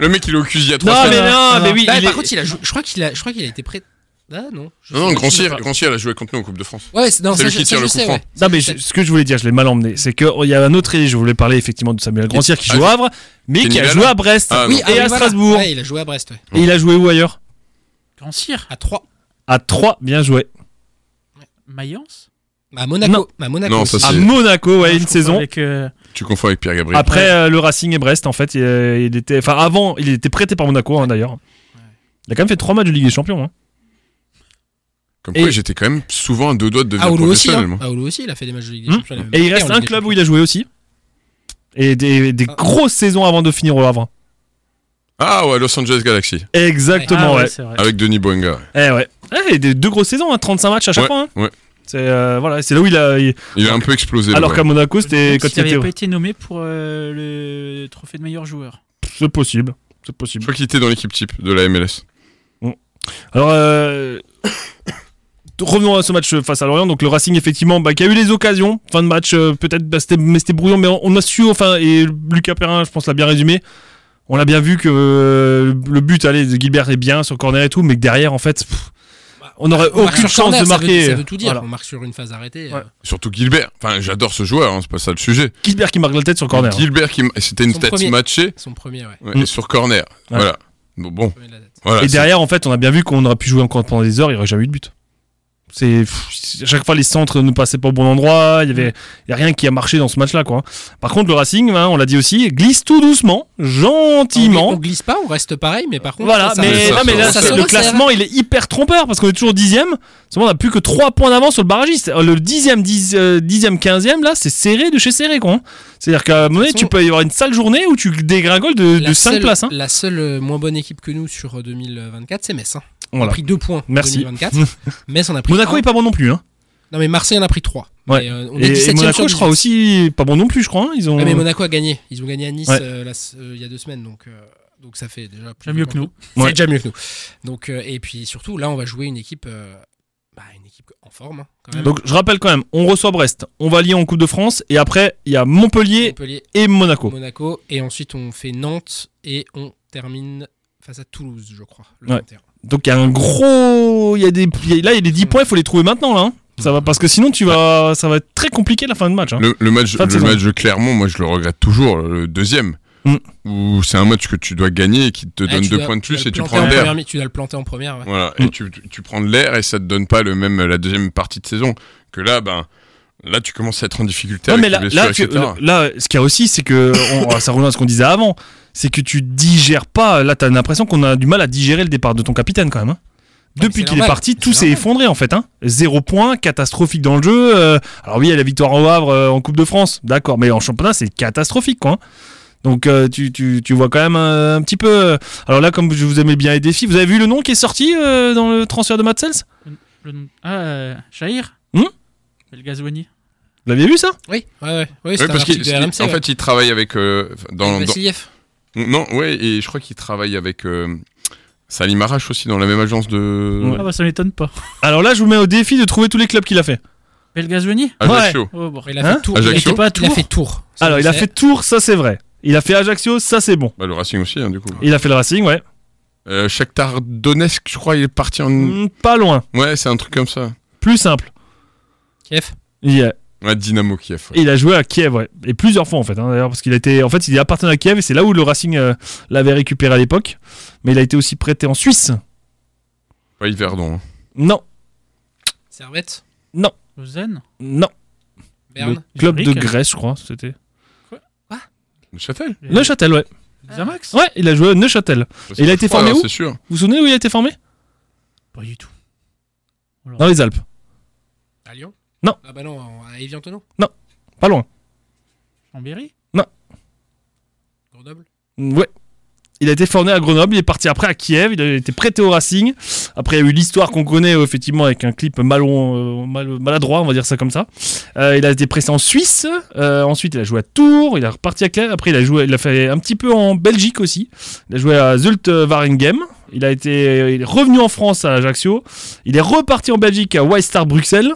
Speaker 7: Le mec, il est au QSI il y a
Speaker 5: non,
Speaker 7: trois
Speaker 5: mais
Speaker 7: semaines.
Speaker 5: non, mais oui.
Speaker 7: Bah,
Speaker 8: Ah,
Speaker 5: il
Speaker 8: par
Speaker 5: est-
Speaker 8: contre, il a, jou- je crois qu'il a, je crois qu'il a été prêt. Ah non. je
Speaker 7: Non, non,
Speaker 8: sais pas, je sais
Speaker 7: Grand-Cyr,
Speaker 8: pas.
Speaker 7: Grand-Cyr, il a joué contre nous en Coupe de France.
Speaker 8: Ouais, c'est non,
Speaker 7: C'est
Speaker 8: ça,
Speaker 7: lui
Speaker 8: je-
Speaker 7: qui
Speaker 8: ça,
Speaker 7: tire
Speaker 8: je
Speaker 7: le
Speaker 8: sais,
Speaker 7: coup franc.
Speaker 8: ouais.
Speaker 5: Non, mais je- ce que je voulais dire, je l'ai mal emmené, c'est qu'il y a un autre ailier, je voulais parler effectivement de Samuel Grand-Cyr qui joue à Havre, mais
Speaker 7: Kenny
Speaker 5: qui a
Speaker 7: Lala.
Speaker 5: joué à Brest
Speaker 7: Ah, non.
Speaker 8: Oui, ah,
Speaker 5: et à
Speaker 8: voilà.
Speaker 5: Strasbourg.
Speaker 8: Ouais, il a joué à Brest, ouais.
Speaker 5: Et il a joué où ailleurs
Speaker 6: Grand Cyr,
Speaker 5: Ah.
Speaker 8: À 3.
Speaker 5: À 3, bien joué.
Speaker 6: Mayence
Speaker 8: À Monaco. À Monaco.
Speaker 7: Non, ça,
Speaker 8: aussi.
Speaker 5: à
Speaker 7: C'est-
Speaker 5: Monaco, ouais,
Speaker 6: Non, Ah, je
Speaker 5: une
Speaker 6: confonds
Speaker 5: saison.
Speaker 6: Avec, euh,
Speaker 7: Tu confonds avec Pierre Gabriel.
Speaker 5: Après euh, le Racing et Brest, en fait, il, euh, il était, enfin avant, il était prêté par Monaco hein, d'ailleurs. Il a quand même fait trois matchs de Ligue des Champions. hein.
Speaker 7: Comme quoi,
Speaker 5: et-
Speaker 7: j'étais quand même souvent à deux doigts de devenir
Speaker 8: Aoulou aussi,
Speaker 7: professionnel.
Speaker 8: hein.
Speaker 7: moi.
Speaker 8: Aoulou aussi, il a fait des matchs de Ligue
Speaker 5: Hmm.
Speaker 8: des Champions. la même
Speaker 5: Et il
Speaker 8: année,
Speaker 5: reste
Speaker 8: en
Speaker 5: un
Speaker 8: Ligue des
Speaker 5: club où il a joué aussi. Et des, des
Speaker 8: Ah.
Speaker 5: grosses saisons avant de finir au Havre.
Speaker 7: Ah ouais, Los Angeles Galaxy.
Speaker 5: Exactement,
Speaker 6: ah
Speaker 5: ouais.
Speaker 6: ouais, c'est vrai.
Speaker 7: Avec Denis Boenga.
Speaker 5: Eh ouais. Eh, et des, deux grosses saisons, hein, 35 matchs à chaque
Speaker 7: Ouais,
Speaker 5: fois. hein.
Speaker 7: ouais.
Speaker 5: C'est euh, voilà, c'est là où il a. il-
Speaker 7: Il a un peu explosé.
Speaker 5: Alors
Speaker 7: là,
Speaker 5: qu'à Monaco,
Speaker 6: Je me
Speaker 5: c'était
Speaker 6: demande
Speaker 5: quand
Speaker 6: s'il
Speaker 5: il
Speaker 6: avait pas
Speaker 5: était.
Speaker 6: été nommé pour euh, le trophée de meilleur joueur.
Speaker 5: C'est possible,
Speaker 7: Je
Speaker 5: c'est possible.
Speaker 7: crois qu'il était dans l'équipe type de la MLS.
Speaker 5: Alors, euh, revenons à ce match euh, face à Lorient. Donc, le Racing, effectivement, bah, qui a eu les occasions. Fin de match, euh, peut-être, bah, c'était- mais c'était brouillon. Mais on, on a su, enfin, et Lucas Perrin, je pense, l'a bien résumé. On l'a bien vu que euh, le but, allez, de Gilbert est bien sur corner et tout, mais que derrière, en fait, pff, on aurait
Speaker 8: On Ah, marque
Speaker 5: aucune
Speaker 8: sur
Speaker 5: chance
Speaker 8: corner,
Speaker 5: de
Speaker 8: ça veut-
Speaker 5: marquer.
Speaker 8: Ça veut tout dire.
Speaker 5: Voilà.
Speaker 8: On marque sur une phase arrêtée.
Speaker 5: Ouais.
Speaker 8: euh,
Speaker 7: Surtout Gilbert. Enfin, j'adore ce joueur, hein, c'est pas ça le sujet.
Speaker 5: Gilbert qui marque la tête sur corner. hein.
Speaker 7: Gilbert, qui... m- c'était une
Speaker 8: Son
Speaker 7: tête
Speaker 8: premier.
Speaker 7: matchée
Speaker 8: Son premier, ouais.
Speaker 7: ouais,
Speaker 5: Mm.
Speaker 7: et sur corner. Voilà. Bon, bon,
Speaker 8: Premier de la tête.
Speaker 7: voilà.
Speaker 5: Et
Speaker 7: c'est-
Speaker 5: derrière, en fait, on a bien vu qu'on aurait pu jouer encore pendant des heures, il n'y aurait jamais eu de but. C'est pff, à chaque fois les centres ne passaient pas au bon endroit. Il y avait, il y a rien qui a marché dans ce match-là, quoi. Par contre, le Racing, hein, on l'a dit aussi, glisse tout doucement,
Speaker 8: On
Speaker 5: gentiment.
Speaker 8: glisse pas, on reste pareil, Ah, mais par contre.
Speaker 5: Voilà,
Speaker 8: ça, ça-
Speaker 5: mais,
Speaker 7: ça,
Speaker 5: non, mais là,
Speaker 7: ça,
Speaker 5: c'est-
Speaker 7: ça,
Speaker 5: le
Speaker 8: ça, hein. ça,
Speaker 5: classement, il est hyper trompeur parce qu'on est toujours dixième. Seulement, on n'a plus que 3 points d'avance sur le barragiste. Euh, Le dixième, dix- euh, dixième, quinzième, là, c'est serré de chez serré, quoi. hein. C'est-à-dire qu'à un moment donné,
Speaker 8: toute
Speaker 5: tu
Speaker 8: façon,
Speaker 5: peux y avoir une sale journée où tu dégringoles de,
Speaker 8: la
Speaker 5: 5
Speaker 8: seule-
Speaker 5: places. hein.
Speaker 8: La seule euh, moins bonne équipe que nous sur euh, 2024, c'est Metz. hein. On a
Speaker 5: Voilà.
Speaker 8: pris 2 points en
Speaker 5: Merci.
Speaker 8: 2024. Metz en a pris
Speaker 5: Monaco
Speaker 8: un.
Speaker 5: est pas bon non plus. Hein.
Speaker 8: Non, mais Marseille en a pris 3.
Speaker 5: Ouais.
Speaker 8: on est
Speaker 5: Et,
Speaker 8: 17
Speaker 5: et Monaco, je crois aussi, pas bon non plus, je crois. hein, Ils ont.
Speaker 8: mais Monaco a gagné. Ils ont gagné à Nice
Speaker 5: Ouais.
Speaker 8: euh, la s- euh, il y a deux semaines. Donc, euh, donc ça fait déjà plus
Speaker 6: J'aime
Speaker 8: de
Speaker 6: mieux
Speaker 8: points
Speaker 6: que nous.
Speaker 8: C'est
Speaker 5: Ouais.
Speaker 8: déjà mieux que nous. Donc, euh, et puis surtout, là, on va jouer une équipe, euh, bah, une équipe en forme. hein, quand même.
Speaker 5: Donc je rappelle quand même, on reçoit Brest, on va lier en Coupe de France, et après il y a Montpellier
Speaker 8: Montpellier,
Speaker 5: et Monaco.
Speaker 8: Monaco. Et ensuite, on fait Nantes et on termine face à Toulouse, je crois. le
Speaker 5: Ouais.
Speaker 8: 21.
Speaker 5: Donc il y a un gros, il y a des, il y a- là il y a les 10 points, il faut les trouver maintenant là. hein. Ça va parce que sinon tu vas, ça va être très compliqué la fin de match. hein.
Speaker 7: Le, le match,
Speaker 5: Fin
Speaker 7: le
Speaker 5: de saison.
Speaker 7: match de Clermont, moi je le regrette toujours, le deuxième.
Speaker 5: Mm.
Speaker 7: Où c'est un match que tu dois gagner et qui te
Speaker 8: Ah,
Speaker 7: donne
Speaker 8: tu
Speaker 7: deux
Speaker 8: dois-
Speaker 7: points de
Speaker 8: dois
Speaker 7: plus
Speaker 8: le
Speaker 7: et tu
Speaker 8: planter
Speaker 7: prends
Speaker 8: en
Speaker 7: l'air.
Speaker 8: première mi- Tu dois le planter en première. ouais.
Speaker 7: Voilà,
Speaker 5: Mm.
Speaker 7: et tu, tu prends de l'air et ça te donne pas le même la deuxième partie de saison. Que là, ben, Là, tu commences à être en difficulté.
Speaker 5: Non,
Speaker 7: avec
Speaker 5: mais là,
Speaker 7: les
Speaker 5: là,
Speaker 7: blessures,
Speaker 5: tu-
Speaker 7: etc.
Speaker 5: là, ce qu'il y a aussi, c'est que on- ah, ça rejoint à ce qu'on disait avant, c'est que tu digères pas. Là, t'as l'impression qu'on a du mal à digérer le départ de ton capitaine quand même. hein.
Speaker 8: mais
Speaker 5: Depuis
Speaker 8: c'est
Speaker 5: qu'il est
Speaker 8: normal,
Speaker 5: parti,
Speaker 8: c'est
Speaker 5: tout s'est
Speaker 8: normal.
Speaker 5: effondré en fait. Hein. Zéro point, catastrophique dans le jeu. euh, alors oui, il y a la victoire au Havre euh, en Coupe de France, d'accord, mais en championnat, c'est catastrophique quoi. hein. Donc euh, tu, tu- tu vois quand même euh, un petit peu. euh, alors là, comme je vous aimais bien les défis, vous avez vu le nom qui est sorti euh, dans le transfert de Matsels Vous
Speaker 6: Le nom- Ah, euh, Shahir
Speaker 5: Hmm
Speaker 6: El Ghazouani.
Speaker 5: l'aviez vu ça
Speaker 8: Oui, ouais, ouais. Oui,
Speaker 7: Ouais,
Speaker 8: c'est
Speaker 7: parce
Speaker 8: parce
Speaker 7: qu'il,
Speaker 8: de RMC.
Speaker 7: en
Speaker 8: ouais.
Speaker 7: fait, il travaille avec. euh, dans,
Speaker 8: Avec
Speaker 7: dans-
Speaker 8: Vassiliev.
Speaker 7: non, ouais, et je crois qu'il travaille avec euh, Salim Arash aussi dans la même agence de.
Speaker 5: Ouais.
Speaker 6: Ah bah ça m'étonne pas.
Speaker 5: Alors là, je vous mets au défi de trouver tous les clubs qu'il a fait.
Speaker 6: El Ghazouani
Speaker 5: Ah,
Speaker 7: Ajaccio.
Speaker 6: Oh, bon.
Speaker 8: Il a
Speaker 5: Hein
Speaker 8: fait tour. Il
Speaker 7: Ajaccio
Speaker 8: était pas à
Speaker 6: Tours
Speaker 8: Tours. Il a fait tour.
Speaker 5: Alors, il a fait Tours, ça c'est vrai. Il a fait Ajaccio, ça c'est bon.
Speaker 7: Bah, le Racing aussi, hein, du coup.
Speaker 5: Il a fait le Racing, ouais.
Speaker 7: Euh, Shakhtar Donetsk, je crois, il est parti en.
Speaker 5: Mm, Pas loin.
Speaker 7: Ouais, c'est un truc comme ça.
Speaker 5: Plus simple.
Speaker 8: Kiev.
Speaker 5: Il a,
Speaker 7: Ouais, Dynamo Kiev. ouais.
Speaker 5: il a joué à Kiev, ouais. Et plusieurs fois en fait, hein, d'ailleurs, parce qu'il a été. En fait, il appartenait à Kiev et c'est là où le Racing euh, l'avait récupéré à l'époque. Mais il a été aussi prêté en Suisse.
Speaker 7: Pas Yverdon. hein.
Speaker 5: Non,
Speaker 8: Servette.
Speaker 6: Lausanne
Speaker 5: non.
Speaker 8: Berne.
Speaker 5: Le club de
Speaker 6: Zurich.
Speaker 5: Grèce, je crois, c'était.
Speaker 7: Neuchâtel
Speaker 5: Neuchâtel, ouais.
Speaker 6: Xamax
Speaker 5: Ouais, il a joué à Neuchâtel.
Speaker 7: Parce
Speaker 5: Et il
Speaker 7: que
Speaker 5: a été
Speaker 7: je crois,
Speaker 5: formé
Speaker 7: hein,
Speaker 5: où
Speaker 7: C'est sûr.
Speaker 5: Vous vous souvenez où il a été formé
Speaker 6: Pas du tout.
Speaker 5: Dans les Alpes.
Speaker 8: À Lyon.
Speaker 5: Non.
Speaker 8: Ah bah non, à Evian Tonneau.
Speaker 5: Pas loin.
Speaker 6: Chambéry
Speaker 8: Grenoble.
Speaker 5: Ouais. Il a été formé à Grenoble, il est parti après à Kiev, il a été prêté au Racing. Après, il y a eu l'histoire qu'on connaît, euh, effectivement, avec un clip malon, euh, mal- maladroit, on va dire ça comme ça. Euh, il a été pressé en Suisse, euh, ensuite il a joué à Tours, il est reparti à Kiev, après il a, joué, il a fait un petit peu en Belgique aussi. Il a joué à Zult Waregem, il, a été, euh, il est revenu en France à Ajaccio, il est reparti en Belgique à White Star Bruxelles,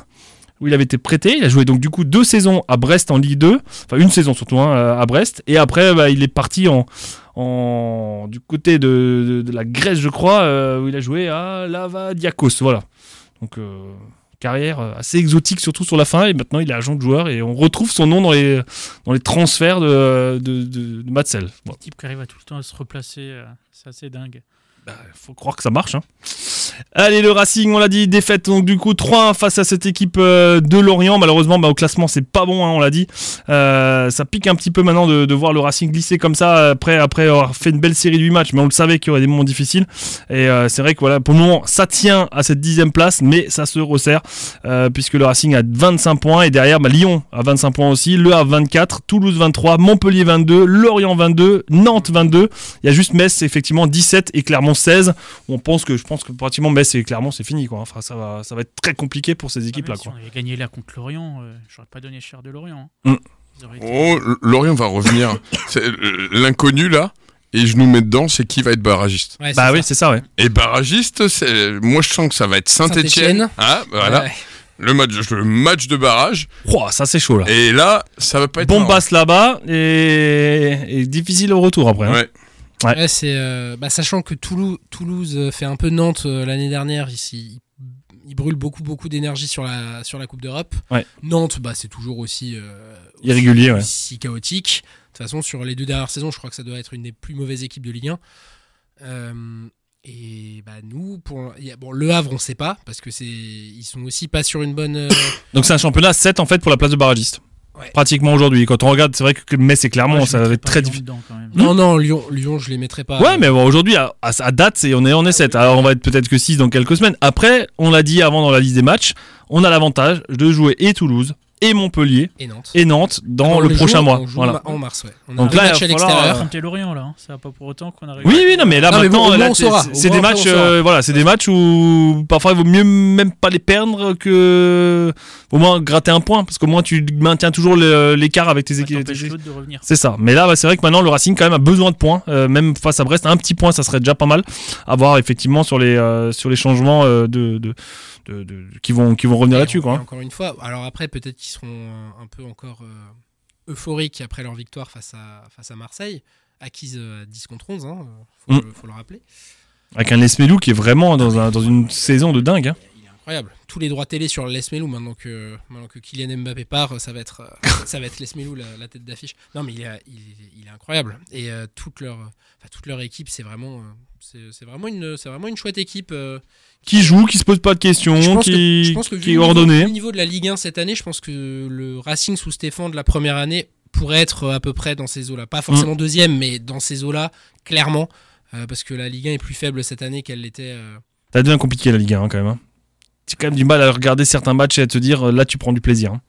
Speaker 5: où il avait été prêté. Il a joué donc du coup deux saisons à Brest en Ligue 2, enfin une saison surtout hein, à Brest, et après bah, il est parti en en, du côté de, de- de la Grèce, je crois, euh, où il a joué à Lavadiakos. Voilà. Donc, euh, carrière euh, assez exotique, surtout sur la fin. Et maintenant, il est agent de joueur et on retrouve son nom dans les, dans les transferts de, de, de, de Matsel. Voilà.
Speaker 6: Type qui arrive à tout le temps à se replacer. euh, C'est assez dingue.
Speaker 5: faut croire que ça marche. hein. Allez, le Racing, on l'a dit, défaite donc du coup 3 face à cette équipe euh, de Lorient. Malheureusement, bah, au classement, c'est pas bon, hein, on l'a dit. Euh, ça pique un petit peu maintenant de, de voir le Racing glisser comme ça après, après avoir fait une belle série de 8 matchs, mais on le savait qu'il y aurait des moments difficiles. Et euh, c'est vrai que voilà, pour le moment, ça tient à cette dixième place, mais ça se resserre euh, puisque le Racing a 25 points et derrière, bah, Lyon a 25 points aussi, Le Havre 24, Toulouse 23, Montpellier 22, Lorient 22, Nantes 22. Il y a juste Metz, effectivement, 17 et Clermont 16. On pense que je pense que pratiquement Metz et Clermont, c'est fini. Quoi. Enfin, ça va, ça va être très compliqué pour ces équipes-là.
Speaker 6: Ah, mais Si
Speaker 5: quoi.
Speaker 6: on avait gagné là contre Lorient, euh, j'aurais pas donné cher de Lorient. hein.
Speaker 5: Hmm.
Speaker 6: Ils auraient été-
Speaker 7: Oh, L- Lorient va revenir. C'est, euh, l'inconnu, là, et je nous mets dedans, c'est qui va être barragiste.
Speaker 8: Ouais, c'est
Speaker 5: Bah
Speaker 8: ça.
Speaker 5: oui, c'est ça, ouais.
Speaker 7: Et barragiste, c'est... moi, je sens que ça va être Saint-Étienne.
Speaker 8: Saint-Étienne.
Speaker 7: ah, voilà.
Speaker 8: Ouais.
Speaker 7: Le, match, le match de barrage.
Speaker 5: Ouah, ça c'est chaud là.
Speaker 7: Et là, ça va pas être. marrant.
Speaker 5: Bombasse là-bas et... et difficile au retour après. hein.
Speaker 7: Ouais.
Speaker 5: Ouais.
Speaker 8: Ouais, c'est euh, bah, sachant que Toulouse, Toulouse euh, fait un peu Nantes euh, l'année dernière ici. Ils brûlent beaucoup beaucoup d'énergie sur la sur la Coupe d'Europe.
Speaker 5: Ouais.
Speaker 8: Nantes, bah c'est toujours aussi euh, aussi-
Speaker 5: Irrégulier, ouais.
Speaker 8: aussi chaotique. De toute façon, sur les deux dernières saisons, je crois que ça doit être une des plus mauvaises équipes de Ligue 1. Euh, et bah nous, pour il y a- bon le Havre, on sait pas parce que c'est ils sont aussi pas sur une bonne. euh,
Speaker 5: Donc c'est un championnat 7 en fait pour la place de barragiste.
Speaker 8: Ouais.
Speaker 5: Pratiquement aujourd'hui. Quand on regarde, c'est vrai que Metz et Clermont,
Speaker 6: Moi, Ah, je
Speaker 5: ça va
Speaker 6: mettrais
Speaker 5: être
Speaker 6: pas
Speaker 5: très
Speaker 6: Lyon
Speaker 5: difficile.
Speaker 6: dedans, quand même.
Speaker 8: non non Lyon Lyon, je les mettrai pas.
Speaker 5: Ouais, mais bon, aujourd'hui, à, à- à date, c'est, on est on est 7. Alors, on va être peut-être que 6 dans quelques semaines. Après, on l'a dit avant dans la liste des matchs, on a l'avantage de jouer et Toulouse, et Montpellier,
Speaker 8: euh, Et Nantes.
Speaker 5: et Nantes dans
Speaker 8: On
Speaker 5: le
Speaker 8: les
Speaker 5: prochain
Speaker 8: joue-
Speaker 5: mois.
Speaker 8: on joue
Speaker 5: Voilà.
Speaker 8: ma- En mars, ouais. On a
Speaker 5: Donc
Speaker 8: un
Speaker 5: là, il
Speaker 8: match
Speaker 5: va
Speaker 8: à
Speaker 5: falloir,
Speaker 8: l'extérieur.
Speaker 5: euh,
Speaker 6: Affronter Lorient là, hein. ça va pas pour autant qu'on arrive.
Speaker 5: Oui, oui, non, mais là
Speaker 8: Non, mais
Speaker 5: maintenant,
Speaker 8: bon, au
Speaker 5: là,
Speaker 8: moins, on
Speaker 5: c'est-
Speaker 8: saura.
Speaker 5: c'est-
Speaker 8: Au
Speaker 5: c'est
Speaker 8: moins,
Speaker 5: des
Speaker 8: après,
Speaker 5: matchs,
Speaker 8: on saura.
Speaker 5: euh, voilà, c'est des matchs où parfois il vaut mieux même pas les perdre que au moins gratter un point, parce qu'au moins tu maintiens toujours le- l'écart avec tes
Speaker 6: Ça
Speaker 5: équipes.
Speaker 6: t'empêche l'autre de revenir.
Speaker 5: C'est ça. Mais là, bah, c'est vrai que maintenant, le Racing, quand même, a besoin de points. Euh, même face à Brest, un petit point, ça serait déjà pas mal à voir, effectivement, sur les, euh, sur les changements euh, de, de, de- de- qui, vont, qui vont revenir
Speaker 8: Et
Speaker 5: là-dessus.
Speaker 8: en-
Speaker 5: Quoi,
Speaker 8: et
Speaker 5: hein.
Speaker 8: Encore une fois, alors après, peut-être qu'ils seront euh, un peu encore euh, euphoriques après leur victoire face à, face à Marseille, acquise euh, à 10 contre 11, hein, euh, faut,
Speaker 5: Mm.
Speaker 8: le, faut le rappeler.
Speaker 5: Avec un Lesmelou qui est vraiment dans, un- dans une saison de dingue. hein.
Speaker 8: Il est incroyable. Tous les droits télé sur Les Melou, maintenant que, maintenant que Kylian Mbappé part, ça va être, euh, ça va être Les Melou, la, la tête d'affiche. Non, mais il est, il est- il est incroyable. Et euh, toute, leur, enfin, toute leur équipe, c'est vraiment, euh, c'est c'est vraiment, une- c'est vraiment une chouette équipe. euh,
Speaker 5: Qui joue, qui se pose pas de
Speaker 8: je
Speaker 5: questions,
Speaker 8: pense que- je
Speaker 5: qui,
Speaker 8: pense que vu
Speaker 5: qui est
Speaker 8: le niveau- vu
Speaker 5: ordonné.
Speaker 8: le niveau de la Ligue 1 cette année, je pense que le Racing sous Stéphane de la première année pourrait être à peu près dans ces eaux-là. Pas
Speaker 5: Mm.
Speaker 8: forcément deuxième, mais dans ces eaux-là, clairement. euh, parce que la Ligue 1 est plus faible cette année qu'elle l'était. euh,
Speaker 5: Ça devient compliqué la Ligue 1 quand même. hein. C'est quand même du mal à regarder certains matchs et à te dire euh, là tu prends du plaisir. hein.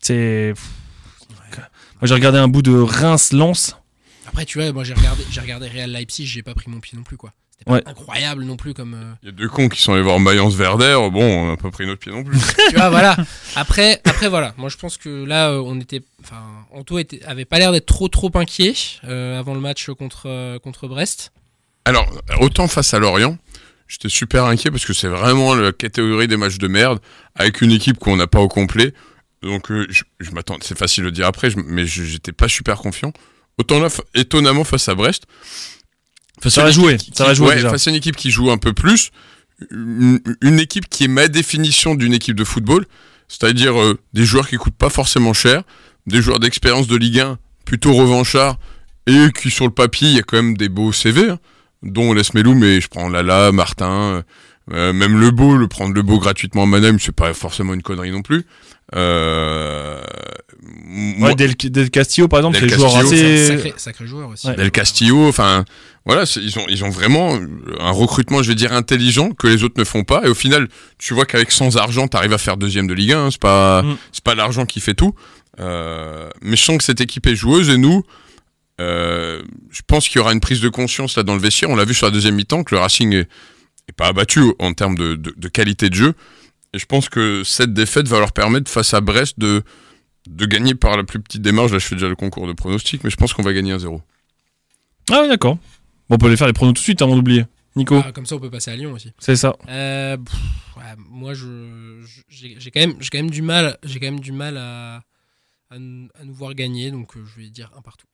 Speaker 5: C'est. Pff, euh, Moi j'ai regardé un bout de Reims-Lens.
Speaker 8: Après, tu vois, moi j'ai regardé, j'ai regardé Real Leipzig, j'ai pas pris mon pied non plus, quoi. C'était pas
Speaker 5: Ouais.
Speaker 8: incroyable non plus comme. euh,
Speaker 7: Il y a deux cons qui sont allés voir Mayence Verder. Bon, on n'a pas pris notre pied non plus.
Speaker 8: tu vois, voilà. Après, après voilà. Moi, je pense que là, euh, on était, enfin, Anto était, avait pas l'air d'être trop trop inquiet euh, avant le match contre euh, contre Brest.
Speaker 7: Alors, autant face à Lorient, j'étais super inquiet parce que c'est vraiment la catégorie des matchs de merde avec une équipe qu'on n'a pas au complet. Donc, euh, je, je m'attends, c'est facile de dire après, je- mais je- j'étais pas super confiant. Autant là, fa- étonnamment, face à Brest. face à
Speaker 5: Ça va
Speaker 7: une
Speaker 5: jouer,
Speaker 7: équipe qui-
Speaker 5: ça va jouer
Speaker 7: ouais,
Speaker 5: déjà.
Speaker 7: Face à une équipe qui joue un peu plus, une, une équipe qui est ma définition d'une équipe de football, c'est-à-dire euh, des joueurs qui coûtent pas forcément cher, des joueurs d'expérience de Ligue 1 plutôt revanchards et qui sur le papier, il y a quand même des beaux CV, hein, dont Les Melou, mais je prends Lala, Martin, euh, euh, même Le Beau, le prendre Le Beau gratuitement à Manheim, c'est pas forcément une connerie non plus. Euh, moi-
Speaker 5: Ouais, Del, Del Castillo par exemple,
Speaker 7: Del
Speaker 5: c'est joueur
Speaker 7: Castillo,
Speaker 8: C'est un
Speaker 5: assez.
Speaker 8: sacré, sacré joueur aussi.
Speaker 5: Ouais.
Speaker 7: Del Castillo, enfin voilà, c'est- ils ont ils ont vraiment un recrutement, je vais dire intelligent que les autres ne font pas. Et au final, tu vois qu'avec sans argent, t'arrives à faire deuxième de Ligue 1. hein. c'est pas
Speaker 5: Mm.
Speaker 7: c'est pas l'argent qui fait tout. Euh, mais je sens que cette équipe est joueuse et nous, euh, je pense qu'il y aura une prise de conscience là dans le vestiaire. On l'a vu sur la deuxième mi-temps que le Racing est, est pas abattu en termes de, de- de qualité de jeu. Et je pense que cette défaite va leur permettre face à Brest de de gagner par la plus petite démarche. Là, je fais déjà le concours de pronostic, mais je pense qu'on va gagner un 0
Speaker 5: Ah ouais, d'accord. Bon, on peut les faire les pronos tout de suite avant d'oublier. Nico,
Speaker 8: Ah, comme ça, on peut passer à Lyon aussi.
Speaker 5: c'est ça.
Speaker 8: Euh, pff, ouais, moi, je je- j'ai j'ai quand même, j'ai quand même du mal, j'ai quand même du mal à, à, nous à nous voir gagner, donc euh, je vais dire un partout.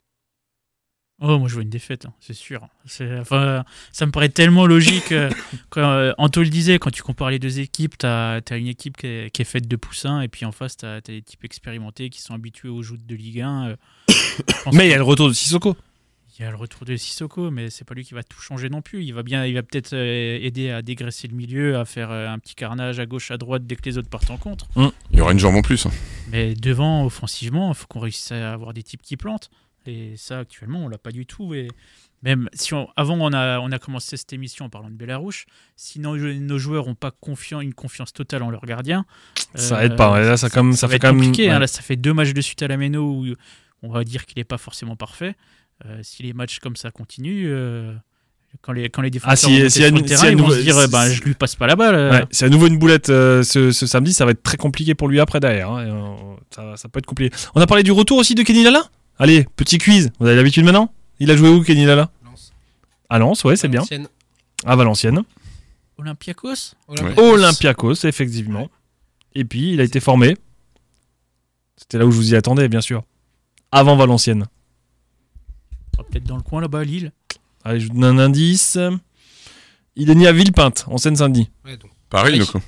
Speaker 6: Oh, moi je vois une défaite, hein, c'est sûr. C'est- Enfin, ça me paraît tellement logique. euh, quand, euh, Anto le disait, quand tu compares les deux équipes, tu as, une équipe qui est, qui est faite de poussins, et puis en face, tu as, des types expérimentés qui sont habitués aux joutes de Ligue 1. euh, je pense
Speaker 5: Mais il
Speaker 6: que-
Speaker 5: y a le retour de Sissoko.
Speaker 6: il y a le retour de Sissoko, mais c'est pas lui qui va tout changer non plus. Il va bien, il va peut-être euh, aider à dégraisser le milieu, à faire euh, un petit carnage à gauche, à droite dès que les autres partent en contre.
Speaker 7: Il y aura une jambe en plus. hein.
Speaker 6: Mais devant, offensivement, il faut qu'on réussisse à avoir des types qui plantent. Et ça, actuellement, on l'a pas du tout. Et même si on- avant, on a, on a commencé cette émission en parlant de Belarouche. Si nos, nos joueurs n'ont pas confiant, une confiance totale en leur gardien,
Speaker 5: Ça aide pas, ouais, là, ça quand même- Euh, ça
Speaker 6: va
Speaker 5: fait
Speaker 6: être
Speaker 5: quand même-
Speaker 6: compliqué. hein.
Speaker 5: ouais.
Speaker 6: Là, ça fait deux matchs de suite à la Méno où on va dire qu'il n'est pas forcément parfait. Euh, si les matchs comme ça continuent, euh, quand les quand les défenseurs
Speaker 5: Ah, si-
Speaker 6: vont monter
Speaker 5: si y a
Speaker 6: sur
Speaker 5: une-
Speaker 6: le terrain,
Speaker 5: si y a
Speaker 6: ils
Speaker 5: une
Speaker 6: vont se
Speaker 5: nouvelle-
Speaker 6: dire,
Speaker 5: si-
Speaker 6: eh ben, je lui passe pas la balle. euh,
Speaker 5: Ouais, c'est à nouveau une boulette euh, ce, ce samedi, ça va être très compliqué pour lui après derrière. hein, et, euh, ça, ça peut être compliqué. On a parlé du retour aussi de Kenny Lala Allez, petit quiz, vous avez l'habitude maintenant Il a joué où Kenny Lala
Speaker 8: Lens.
Speaker 5: À Lens, ouais, c'est bien.
Speaker 8: Valenciennes,
Speaker 5: À Valenciennes.
Speaker 6: Olympiakos.
Speaker 8: Olympiakos.
Speaker 5: Olympiakos, effectivement. Et puis, il a été formé. C'était là où je vous y attendais, bien sûr. Avant Valenciennes.
Speaker 6: Ah, Peut-être dans le coin là-bas, à Lille.
Speaker 5: Allez, je vous donne un indice. Il est né à Villepinte, en Seine-Saint-Denis.
Speaker 8: Ouais, donc,
Speaker 7: Pareil,
Speaker 8: Oui.
Speaker 7: donc.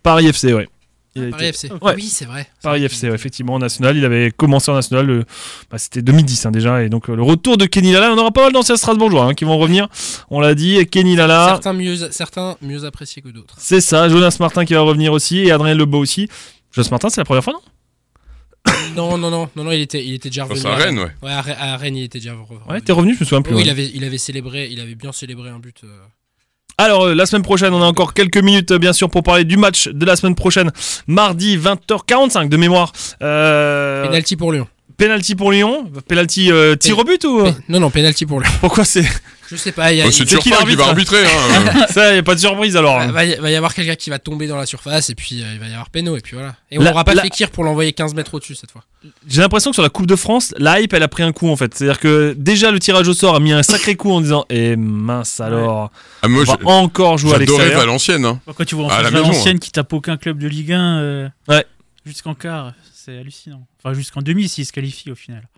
Speaker 5: Paris FC, ouais. Il a
Speaker 8: Ah, Paris
Speaker 5: été-
Speaker 8: FC.
Speaker 5: Ouais.
Speaker 8: Oui, c'est vrai.
Speaker 5: Paris FC, ouais, effectivement, en national. Il avait commencé en national, euh, bah, c'était 2010 hein, déjà. Et donc, euh, le retour de Kenny Lala, on aura pas mal d'anciens Strasbourgeois hein, qui vont revenir. On l'a dit, Kenny Lala,
Speaker 8: Certains mieux, certains mieux appréciés que d'autres.
Speaker 5: c'est ça. Jonas Martin qui va revenir aussi et Adrien Lebeau aussi. Jonas Martin, c'est la première fois, non
Speaker 8: Non, non, non, non, non, il était, il était déjà revenu.
Speaker 7: Face à Rennes, ouais.
Speaker 8: Ouais, à, Re- à Rennes, il était déjà revenu.
Speaker 5: Ouais, t'es revenu, je me souviens plus.
Speaker 8: Oui,
Speaker 5: ouais.
Speaker 8: il avait, il avait célébré, il avait bien célébré un but. euh,
Speaker 5: Alors euh, la semaine prochaine, on a encore quelques minutes euh, bien sûr pour parler du match de la semaine prochaine, mardi 20h45 de mémoire. Euh,
Speaker 8: Penalty pour Lyon.
Speaker 5: penalty pour Lyon, penalty euh, tir au but ou
Speaker 8: Pe- Non, non, penalty pour Lyon.
Speaker 5: pourquoi c'est
Speaker 8: Je sais pas. Il y a-
Speaker 7: Oh, c'est
Speaker 8: il-
Speaker 5: qu'il
Speaker 7: Turpin qui va arbitrer. hein.
Speaker 5: ça y a pas de surprise alors. hein.
Speaker 8: Bah, va, va y, va y avoir quelqu'un qui va tomber dans la surface et puis euh, il va y avoir Péno et puis voilà. Et on
Speaker 5: La-
Speaker 8: n'aura pas
Speaker 5: la-
Speaker 8: Fekir pour l'envoyer 15 mètres au-dessus cette fois.
Speaker 5: J'ai l'impression que sur la Coupe de France, la hype elle a pris un coup en fait. C'est-à-dire que déjà le tirage au sort a mis un sacré coup en disant "Eh mince alors,
Speaker 7: Ah, moi,
Speaker 5: on va
Speaker 7: je-
Speaker 5: encore jouer à
Speaker 7: j'adorais
Speaker 5: l'extérieur."
Speaker 7: Valenciennes. hein.
Speaker 6: Bah, Quand tu vois en
Speaker 7: À la
Speaker 6: France
Speaker 7: maison, hein.
Speaker 6: Valenciennes qui tape aucun club de Ligue 1 euh,
Speaker 5: Ouais.
Speaker 6: jusqu'en quart, c'est hallucinant. Enfin, jusqu'en demi s'ils se qualifient au final.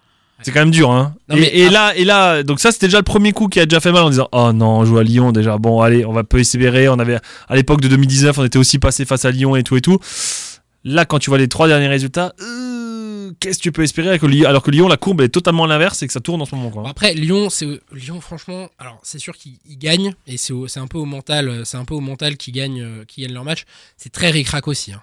Speaker 5: C'est quand même dur, hein.
Speaker 8: Non,
Speaker 5: et,
Speaker 8: mais ah.
Speaker 5: et
Speaker 8: ap-
Speaker 5: là, et là, donc ça, c'était déjà le premier coup qui a déjà fait mal en disant, oh non, on joue à Lyon déjà. Bon, allez, on va peu espérer. On avait, à l'époque de 2019, on était aussi passé face à Lyon et tout et tout. Là, quand tu vois les trois derniers résultats, euh, qu'est-ce que tu peux espérer avec Lyon- alors que Lyon, la courbe elle est totalement à l'inverse et que ça tourne en ce moment,
Speaker 8: Bon,
Speaker 5: quoi.
Speaker 8: Après Lyon, c'est Lyon franchement, alors c'est sûr qu'ils ils gagnent et c'est au- c'est un peu au mental, euh, c'est un peu au mental qu'ils gagnent, euh, qu'ils gagnent leur match. C'est très ricrac aussi. hein.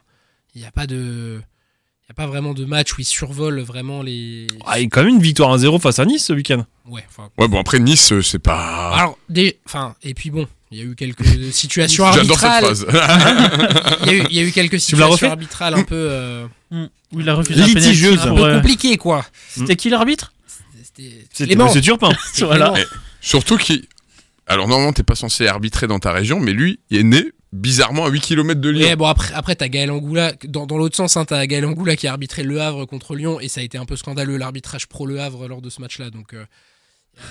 Speaker 8: Il n'y a pas de, il y a pas vraiment de match où ils survolent vraiment les.
Speaker 5: Ah, et quand même une victoire 1-0 face à Nice ce week-end.
Speaker 8: Ouais. enfin,
Speaker 7: Ouais, bon, après, Nice, euh, c'est
Speaker 5: Ah.
Speaker 7: pas.
Speaker 8: Alors des, enfin et puis bon, il y a eu quelques situations
Speaker 7: J'adore cette
Speaker 8: arbitrales.
Speaker 7: phrase.
Speaker 8: Il y, a eu- il y a eu quelques
Speaker 5: me l'as refait
Speaker 8: situations arbitrales un peu, euh,
Speaker 5: Mm.
Speaker 6: Où il a refusé un
Speaker 5: Litigieuse.
Speaker 6: penalty
Speaker 8: un
Speaker 6: pour,
Speaker 8: peu
Speaker 6: euh, Mm.
Speaker 8: compliquées quoi.
Speaker 6: C'était qui l'arbitre
Speaker 8: C'était
Speaker 5: C'est
Speaker 8: Clément.
Speaker 5: c'est Turpin.
Speaker 8: C'était
Speaker 6: Voilà.
Speaker 8: Clément.
Speaker 7: Surtout qui. Alors, normalement, t'es pas censé arbitrer dans ta région, mais lui, il est né bizarrement à 8 km de Lyon.
Speaker 8: Ouais, bon, après, après t'as Gaël Angoula, dans, dans l'autre sens, hein, t'as Gaël Angoula qui a arbitré Le Havre contre Lyon, et ça a été un peu scandaleux l'arbitrage pro-Le Havre lors de ce match-là. Donc, euh, euh,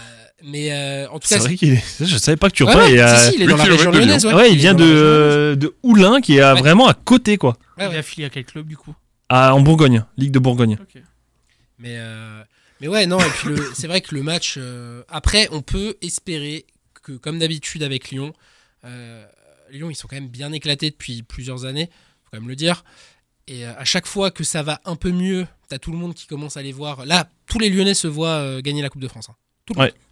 Speaker 8: mais euh, en tout cas,
Speaker 5: C'est vrai qu'il est- je savais pas que
Speaker 8: Ouais,
Speaker 5: Turpin
Speaker 8: ouais,
Speaker 5: est, euh,
Speaker 8: si, si, il est
Speaker 7: huit
Speaker 8: dans la
Speaker 7: kilomètres
Speaker 8: région
Speaker 7: de Lyon.
Speaker 8: lyonnaise.
Speaker 5: ouais,
Speaker 8: ouais.
Speaker 5: il vient
Speaker 8: est dans la région lyonnaise.
Speaker 5: de, de Oulin qui est à
Speaker 8: Ouais.
Speaker 5: vraiment à côté, quoi.
Speaker 8: Ouais,
Speaker 6: Il
Speaker 8: ouais.
Speaker 6: est affilié à quel club du coup
Speaker 5: À, en Bourgogne, Ligue de Bourgogne.
Speaker 8: Mais, euh, mais ouais, non, et puis le- c'est vrai que le match. euh, après, on peut espérer que, comme d'habitude avec Lyon, euh, Lyon, ils sont quand même bien éclatés depuis plusieurs années, faut quand même le dire. Et euh, à chaque fois que ça va un peu mieux, t'as tout le monde qui commence à les voir. Là, tous les Lyonnais se voient euh, gagner la Coupe de France. hein.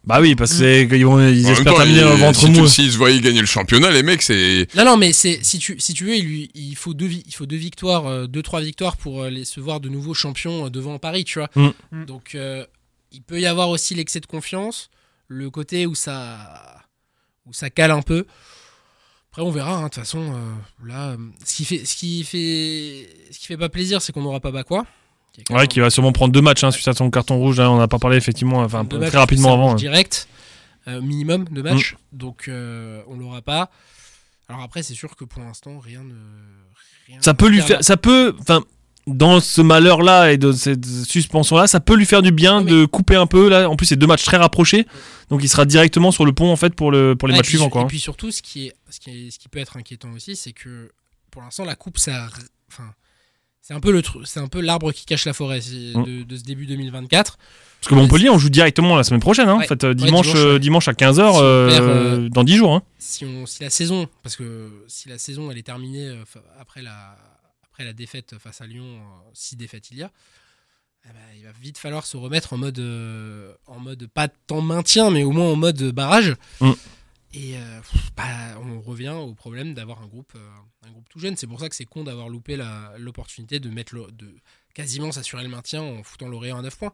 Speaker 5: Bah oui,
Speaker 8: Mm.
Speaker 5: parce que qu'ils vont- ils
Speaker 7: En même
Speaker 5: espèrent
Speaker 7: temps,
Speaker 5: terminer
Speaker 7: il-
Speaker 5: le ventre
Speaker 7: si tu-
Speaker 5: mou.
Speaker 7: S'ils se voyaient gagner le championnat, les mecs, c'est.
Speaker 8: Non, non, mais c'est si tu si tu veux, il lui il faut deux vi- il faut deux victoires, euh, deux trois victoires pour euh, les se voir de nouveau champion euh, devant Paris, tu vois.
Speaker 5: Mm.
Speaker 6: Mm.
Speaker 8: Donc euh, il peut y avoir aussi l'excès de confiance, le côté où ça où ça cale un peu. Après on verra. hein, De toute façon, euh, là, euh, ce qui fait ce qui fait ce qui fait pas plaisir, c'est qu'on n'aura pas Bakwa. qui est quand
Speaker 5: Ouais,
Speaker 8: même
Speaker 5: qui va sûrement prendre deux matchs hein, suite à son carton rouge. hein, on n'a pas parlé effectivement, enfin
Speaker 8: de
Speaker 5: très
Speaker 8: matchs,
Speaker 5: rapidement
Speaker 8: ça
Speaker 5: avant. Mm.
Speaker 8: marche
Speaker 5: hein.
Speaker 8: Direct, euh, minimum de matchs. Donc euh, on l'aura pas. Alors après, c'est sûr que pour l'instant, rien ne. rien
Speaker 5: Ça
Speaker 8: ne
Speaker 5: peut lui
Speaker 8: perd
Speaker 5: faire, ça peut, enfin, dans ce malheur là et de cette suspension là, ça peut lui faire du bien
Speaker 8: Non, mais-
Speaker 5: de couper un peu. Là, en plus, c'est deux matchs très rapprochés, donc il sera directement sur le pont en fait pour le pour les
Speaker 8: Ouais,
Speaker 5: matchs
Speaker 8: Ah, et puis,
Speaker 5: suivants quoi.
Speaker 8: Et
Speaker 5: hein.
Speaker 8: puis surtout, ce qui, est, ce, qui est- ce qui peut être inquiétant aussi, c'est que pour l'instant, la coupe, ça. r- Enfin, c'est un peu le truc, c'est un peu l'arbre qui cache la forêt c'est
Speaker 5: Mm.
Speaker 8: de, de ce début 2024.
Speaker 5: Parce que Montpellier, on joue directement la semaine prochaine. hein, en
Speaker 8: Ouais.
Speaker 5: fait, euh,
Speaker 8: Ouais,
Speaker 5: dimanche
Speaker 8: dimanche,
Speaker 5: euh,
Speaker 8: ouais.
Speaker 5: dimanche à 15 h
Speaker 8: Si on perd, euh,
Speaker 5: dans 10 jours. hein.
Speaker 8: Si, on, si la saison, parce que si la saison elle est terminée euh, fa- après la, après la défaite face à Lyon, euh, si défaite il y a, eh ben, il va vite falloir se remettre en mode, euh, en mode pas tant maintien, mais au moins en mode barrage.
Speaker 5: Mm.
Speaker 8: Et euh, pff, bah, on revient au problème d'avoir un groupe, euh, un groupe tout jeune. C'est pour ça que c'est con d'avoir loupé la- l'opportunité de mettre le- de quasiment s'assurer le maintien en foutant l'Orient à 9 points.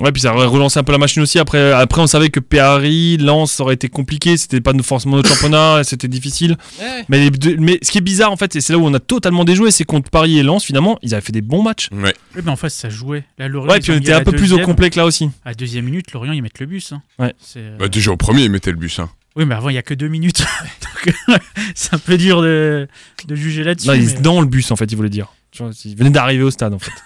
Speaker 5: Ouais, puis ça aurait relancé un peu la machine aussi. Après, après on savait que Paris, Lens, ça aurait été compliqué. C'était pas forcément notre championnat, c'était difficile.
Speaker 8: Ouais,
Speaker 5: Mais, les deux- mais ce qui est bizarre en fait, et c'est là où on a totalement déjoué, c'est contre Paris et Lens finalement, ils avaient fait des bons matchs.
Speaker 7: Ouais.
Speaker 6: Oui, mais Eh ben, en face, ça jouait. Là, Lorient,
Speaker 5: Ouais,
Speaker 6: ils
Speaker 5: puis
Speaker 6: ont
Speaker 5: on
Speaker 6: mis
Speaker 5: était
Speaker 6: à
Speaker 5: un
Speaker 6: la
Speaker 5: peu plus au
Speaker 6: deuxième.
Speaker 5: complet que là aussi.
Speaker 6: À deuxième minute, Lorient, ils mettent le bus. hein.
Speaker 5: Ouais.
Speaker 6: C'est, euh,
Speaker 7: Bah, déjà, au premier, ils mettaient le bus. Hein.
Speaker 6: Oui, mais avant, il y a que deux minutes. Donc, c'est un peu dur de, de juger là-dessus.
Speaker 5: Non, ils
Speaker 6: mais-
Speaker 5: étaient dans le bus en fait, ils voulaient dire. Tu vois, Ils venaient d'arriver au stade en fait.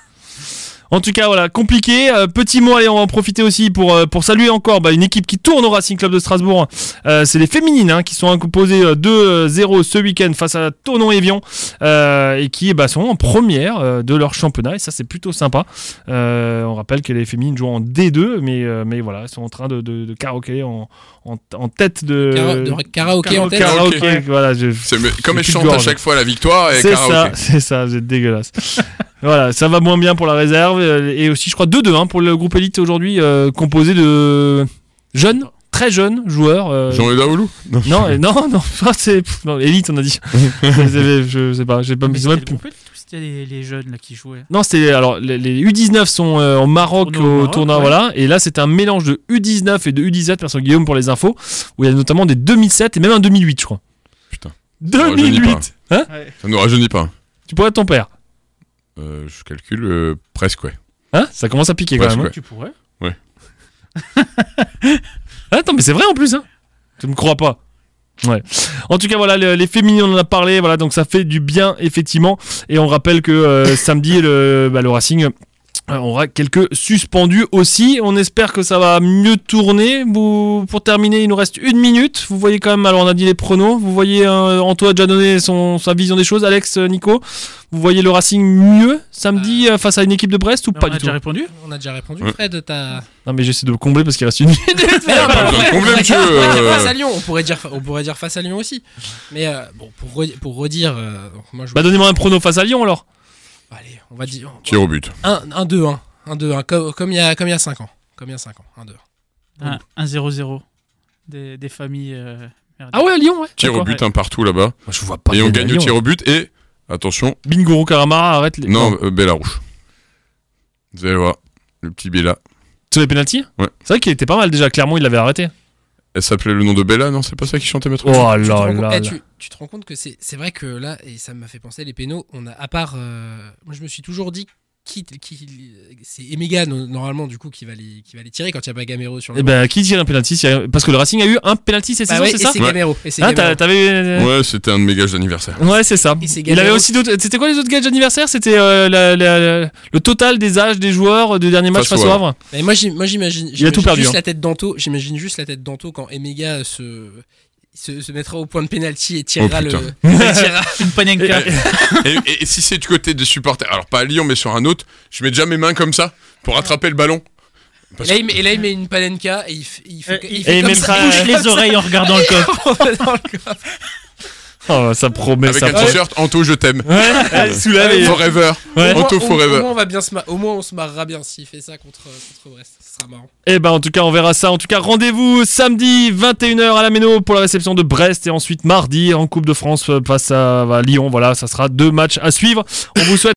Speaker 5: En tout cas, voilà, compliqué. Euh, petit mot, allez, on va en profiter aussi pour, euh, pour saluer encore bah, une équipe qui tourne au Racing Club de Strasbourg. Euh, c'est les féminines hein, qui sont composées 2-0 ce week-end face à Tournon Evian euh, et qui bah, sont en première euh, de leur championnat. Et ça, c'est plutôt sympa. Euh, on rappelle que les féminines jouent en D2, mais, euh, mais voilà, elles sont en train de, de, de karaoké en, en, en tête de.
Speaker 8: Cara- de karaoké en tête.
Speaker 5: Euh, Karaoké,
Speaker 7: Karaoké.
Speaker 5: voilà, je-
Speaker 7: C'est- mais Comme
Speaker 5: J'ai
Speaker 7: elles
Speaker 5: plus de
Speaker 7: chantent à
Speaker 5: gorge.
Speaker 7: chaque fois la victoire, et
Speaker 5: c'est ça,
Speaker 7: karaoké.
Speaker 5: c'est ça, vous êtes dégueulasse. voilà, ça va moins bien pour la réserve. euh, Et aussi, je crois, 2-2 hein, pour le groupe élite aujourd'hui, euh, composé de jeunes, très jeunes joueurs. euh,
Speaker 7: Jean-Eda Oulou Non.
Speaker 5: non, euh, non, non, ça, c'est pff, non, élite, on a dit. C'est- c'est- je sais pas, j'ai pas
Speaker 6: mais
Speaker 5: mis.
Speaker 6: c'était le complet, ou c'était les, les jeunes là, qui jouaient.
Speaker 5: Non, c'était alors les, les U19 sont euh, au Maroc
Speaker 6: Tournoi au
Speaker 5: au
Speaker 6: Maroc,
Speaker 5: tournoi,
Speaker 6: ouais.
Speaker 5: voilà. Et là, c'est un mélange de U19 et de U17, personne Guillaume pour les infos, où il y a notamment des 2007 et même un 2008, je crois.
Speaker 7: Putain. rajeunit
Speaker 5: 2008. Hein
Speaker 7: Ça ne nous rajeunit pas. hein.
Speaker 5: Tu pourrais être ton père.
Speaker 7: Euh, je calcule euh, presque, ouais.
Speaker 5: Hein Ça commence à piquer quand
Speaker 7: Presque,
Speaker 5: même. hein.
Speaker 7: ouais.
Speaker 6: Tu pourrais
Speaker 5: Attends, mais c'est vrai en plus, hein Tu me crois pas Ouais. En tout cas, voilà, le- les féminines, on en a parlé, voilà, donc ça fait du bien, effectivement. Et on rappelle que euh, samedi, le, bah, le Racing Euh, On aura quelques suspendus aussi. On espère que ça va mieux tourner. Vous- pour terminer, il nous reste une minute. Vous voyez quand même, alors on a dit les pronos. Vous voyez, euh, Antoine a déjà donné son, sa vision des choses. Alex, euh, Nico, vous voyez le Racing mieux samedi euh, face à une équipe de Brest ou
Speaker 6: Non,
Speaker 5: pas
Speaker 6: on a
Speaker 5: du tout
Speaker 6: déjà répondu
Speaker 8: On a déjà répondu,
Speaker 7: Ouais.
Speaker 8: Fred. T'as.
Speaker 5: Non, mais j'essaie de combler parce qu'il reste une minute.
Speaker 7: Combien de jeux,
Speaker 8: On pourrait dire
Speaker 7: euh,
Speaker 8: face à Lyon. On pourrait dire, on pourrait dire face à Lyon aussi. Mais euh, bon, pour, re- pour redire, euh, moi je.
Speaker 5: Bah, donnez-moi un prono face à Lyon alors.
Speaker 8: Allez, on va dire
Speaker 7: Tir au but.
Speaker 8: 1-2-1. 1-2-1. co- Comme il y a comme il y a 5 ans. Comme il y a 5 ans. 1-2-1.
Speaker 6: Un 1-0-0 des, des familles. euh, merdiques.
Speaker 5: Ah ouais, Lyon, ouais.
Speaker 7: Tir au
Speaker 5: D'accord.
Speaker 7: but un partout là-bas.
Speaker 1: Moi, je vois pas.
Speaker 7: Et on
Speaker 1: gagner à
Speaker 7: gagne au
Speaker 1: Lyon.
Speaker 7: tir au but. Et attention,
Speaker 5: Bingourou Karamara, arrête les.
Speaker 7: non, euh, Bella Rouge. Vous allez voir, le petit Bella.
Speaker 5: Sur les pénalties
Speaker 7: Ouais.
Speaker 5: C'est vrai qu'il était pas mal déjà. Clairement, il l'avait arrêté.
Speaker 7: Elle s'appelait le nom de Bella, non C'est pas ça qui chantait Maître
Speaker 5: Oh là
Speaker 8: Tu te rends
Speaker 5: là.
Speaker 8: compte-
Speaker 5: là.
Speaker 8: eh, tu, tu te rends compte que c'est c'est vrai que là, et ça m'a fait penser, les pénaux, on a, à part. euh, moi, je me suis toujours dit, qui, qui, c'est Emega, no- normalement, du coup, qui va les, qui va les tirer quand il n'y a pas Gamero sur le.
Speaker 5: Eh ben, qui tire un pénalty si- Parce que le Racing a eu un pénalty cette
Speaker 8: Bah
Speaker 5: saison,
Speaker 8: ouais,
Speaker 5: c'est
Speaker 8: et
Speaker 5: ça
Speaker 8: c'est
Speaker 7: Ouais.
Speaker 8: Gamero. Et c'est
Speaker 5: Ah,
Speaker 8: Gamero.
Speaker 5: t'as- t'avais.
Speaker 7: Ouais, c'était un de mes gages d'anniversaire.
Speaker 5: Ouais, c'est ça.
Speaker 8: Et c'est
Speaker 5: Il
Speaker 8: Gamero.
Speaker 5: avait aussi d'autres. C'était quoi les autres gages d'anniversaire C'était euh, la- la- la- le total des âges des joueurs du dernier match face au Havre.
Speaker 8: Mais moi, j'im- moi, j'imagine.
Speaker 5: Il a tout
Speaker 8: j'imagine
Speaker 5: perdu,
Speaker 8: Juste
Speaker 5: hein.
Speaker 8: la tête d'Anto. J'imagine juste la tête d'Anto quand Emega se, se, se mettra au point de pénalty et tirera
Speaker 7: Oh,
Speaker 8: le.
Speaker 7: putain.
Speaker 8: il tirera-
Speaker 6: Une panenka.
Speaker 7: et, et- et si c'est du côté des supporters, alors pas à Lyon, mais sur un autre, je mets déjà mes mains comme ça pour attraper le ballon.
Speaker 8: Et
Speaker 7: Parce
Speaker 8: là,
Speaker 7: que-
Speaker 8: il met, et là, il met une palenka et il, f- il fait,
Speaker 6: Euh,
Speaker 8: il
Speaker 6: il-
Speaker 8: fait
Speaker 5: et il
Speaker 8: comme
Speaker 5: mettra-
Speaker 8: ça.
Speaker 6: Bouche les oreilles en regardant le coffre.
Speaker 8: dans le coin.
Speaker 5: Oh, ça promet,
Speaker 7: avec
Speaker 5: ça
Speaker 7: un
Speaker 5: promet.
Speaker 7: t-shirt, Anto, je t'aime.
Speaker 5: Ouais, elle soulève et-
Speaker 7: Forever.
Speaker 5: Ouais.
Speaker 7: Anto
Speaker 8: au, moins, au- au
Speaker 7: Forever.
Speaker 8: moins, on va bien se mar- au moins, on se marrera bien s'il fait ça contre, contre Brest. Ce sera marrant.
Speaker 5: Eh ben en tout cas on verra ça. En tout cas rendez-vous samedi 21h à la Méno pour la réception de Brest bah, et ensuite mardi en Coupe de France euh, face à, à Lyon. Voilà, ça sera deux matchs à suivre. On vous souhaite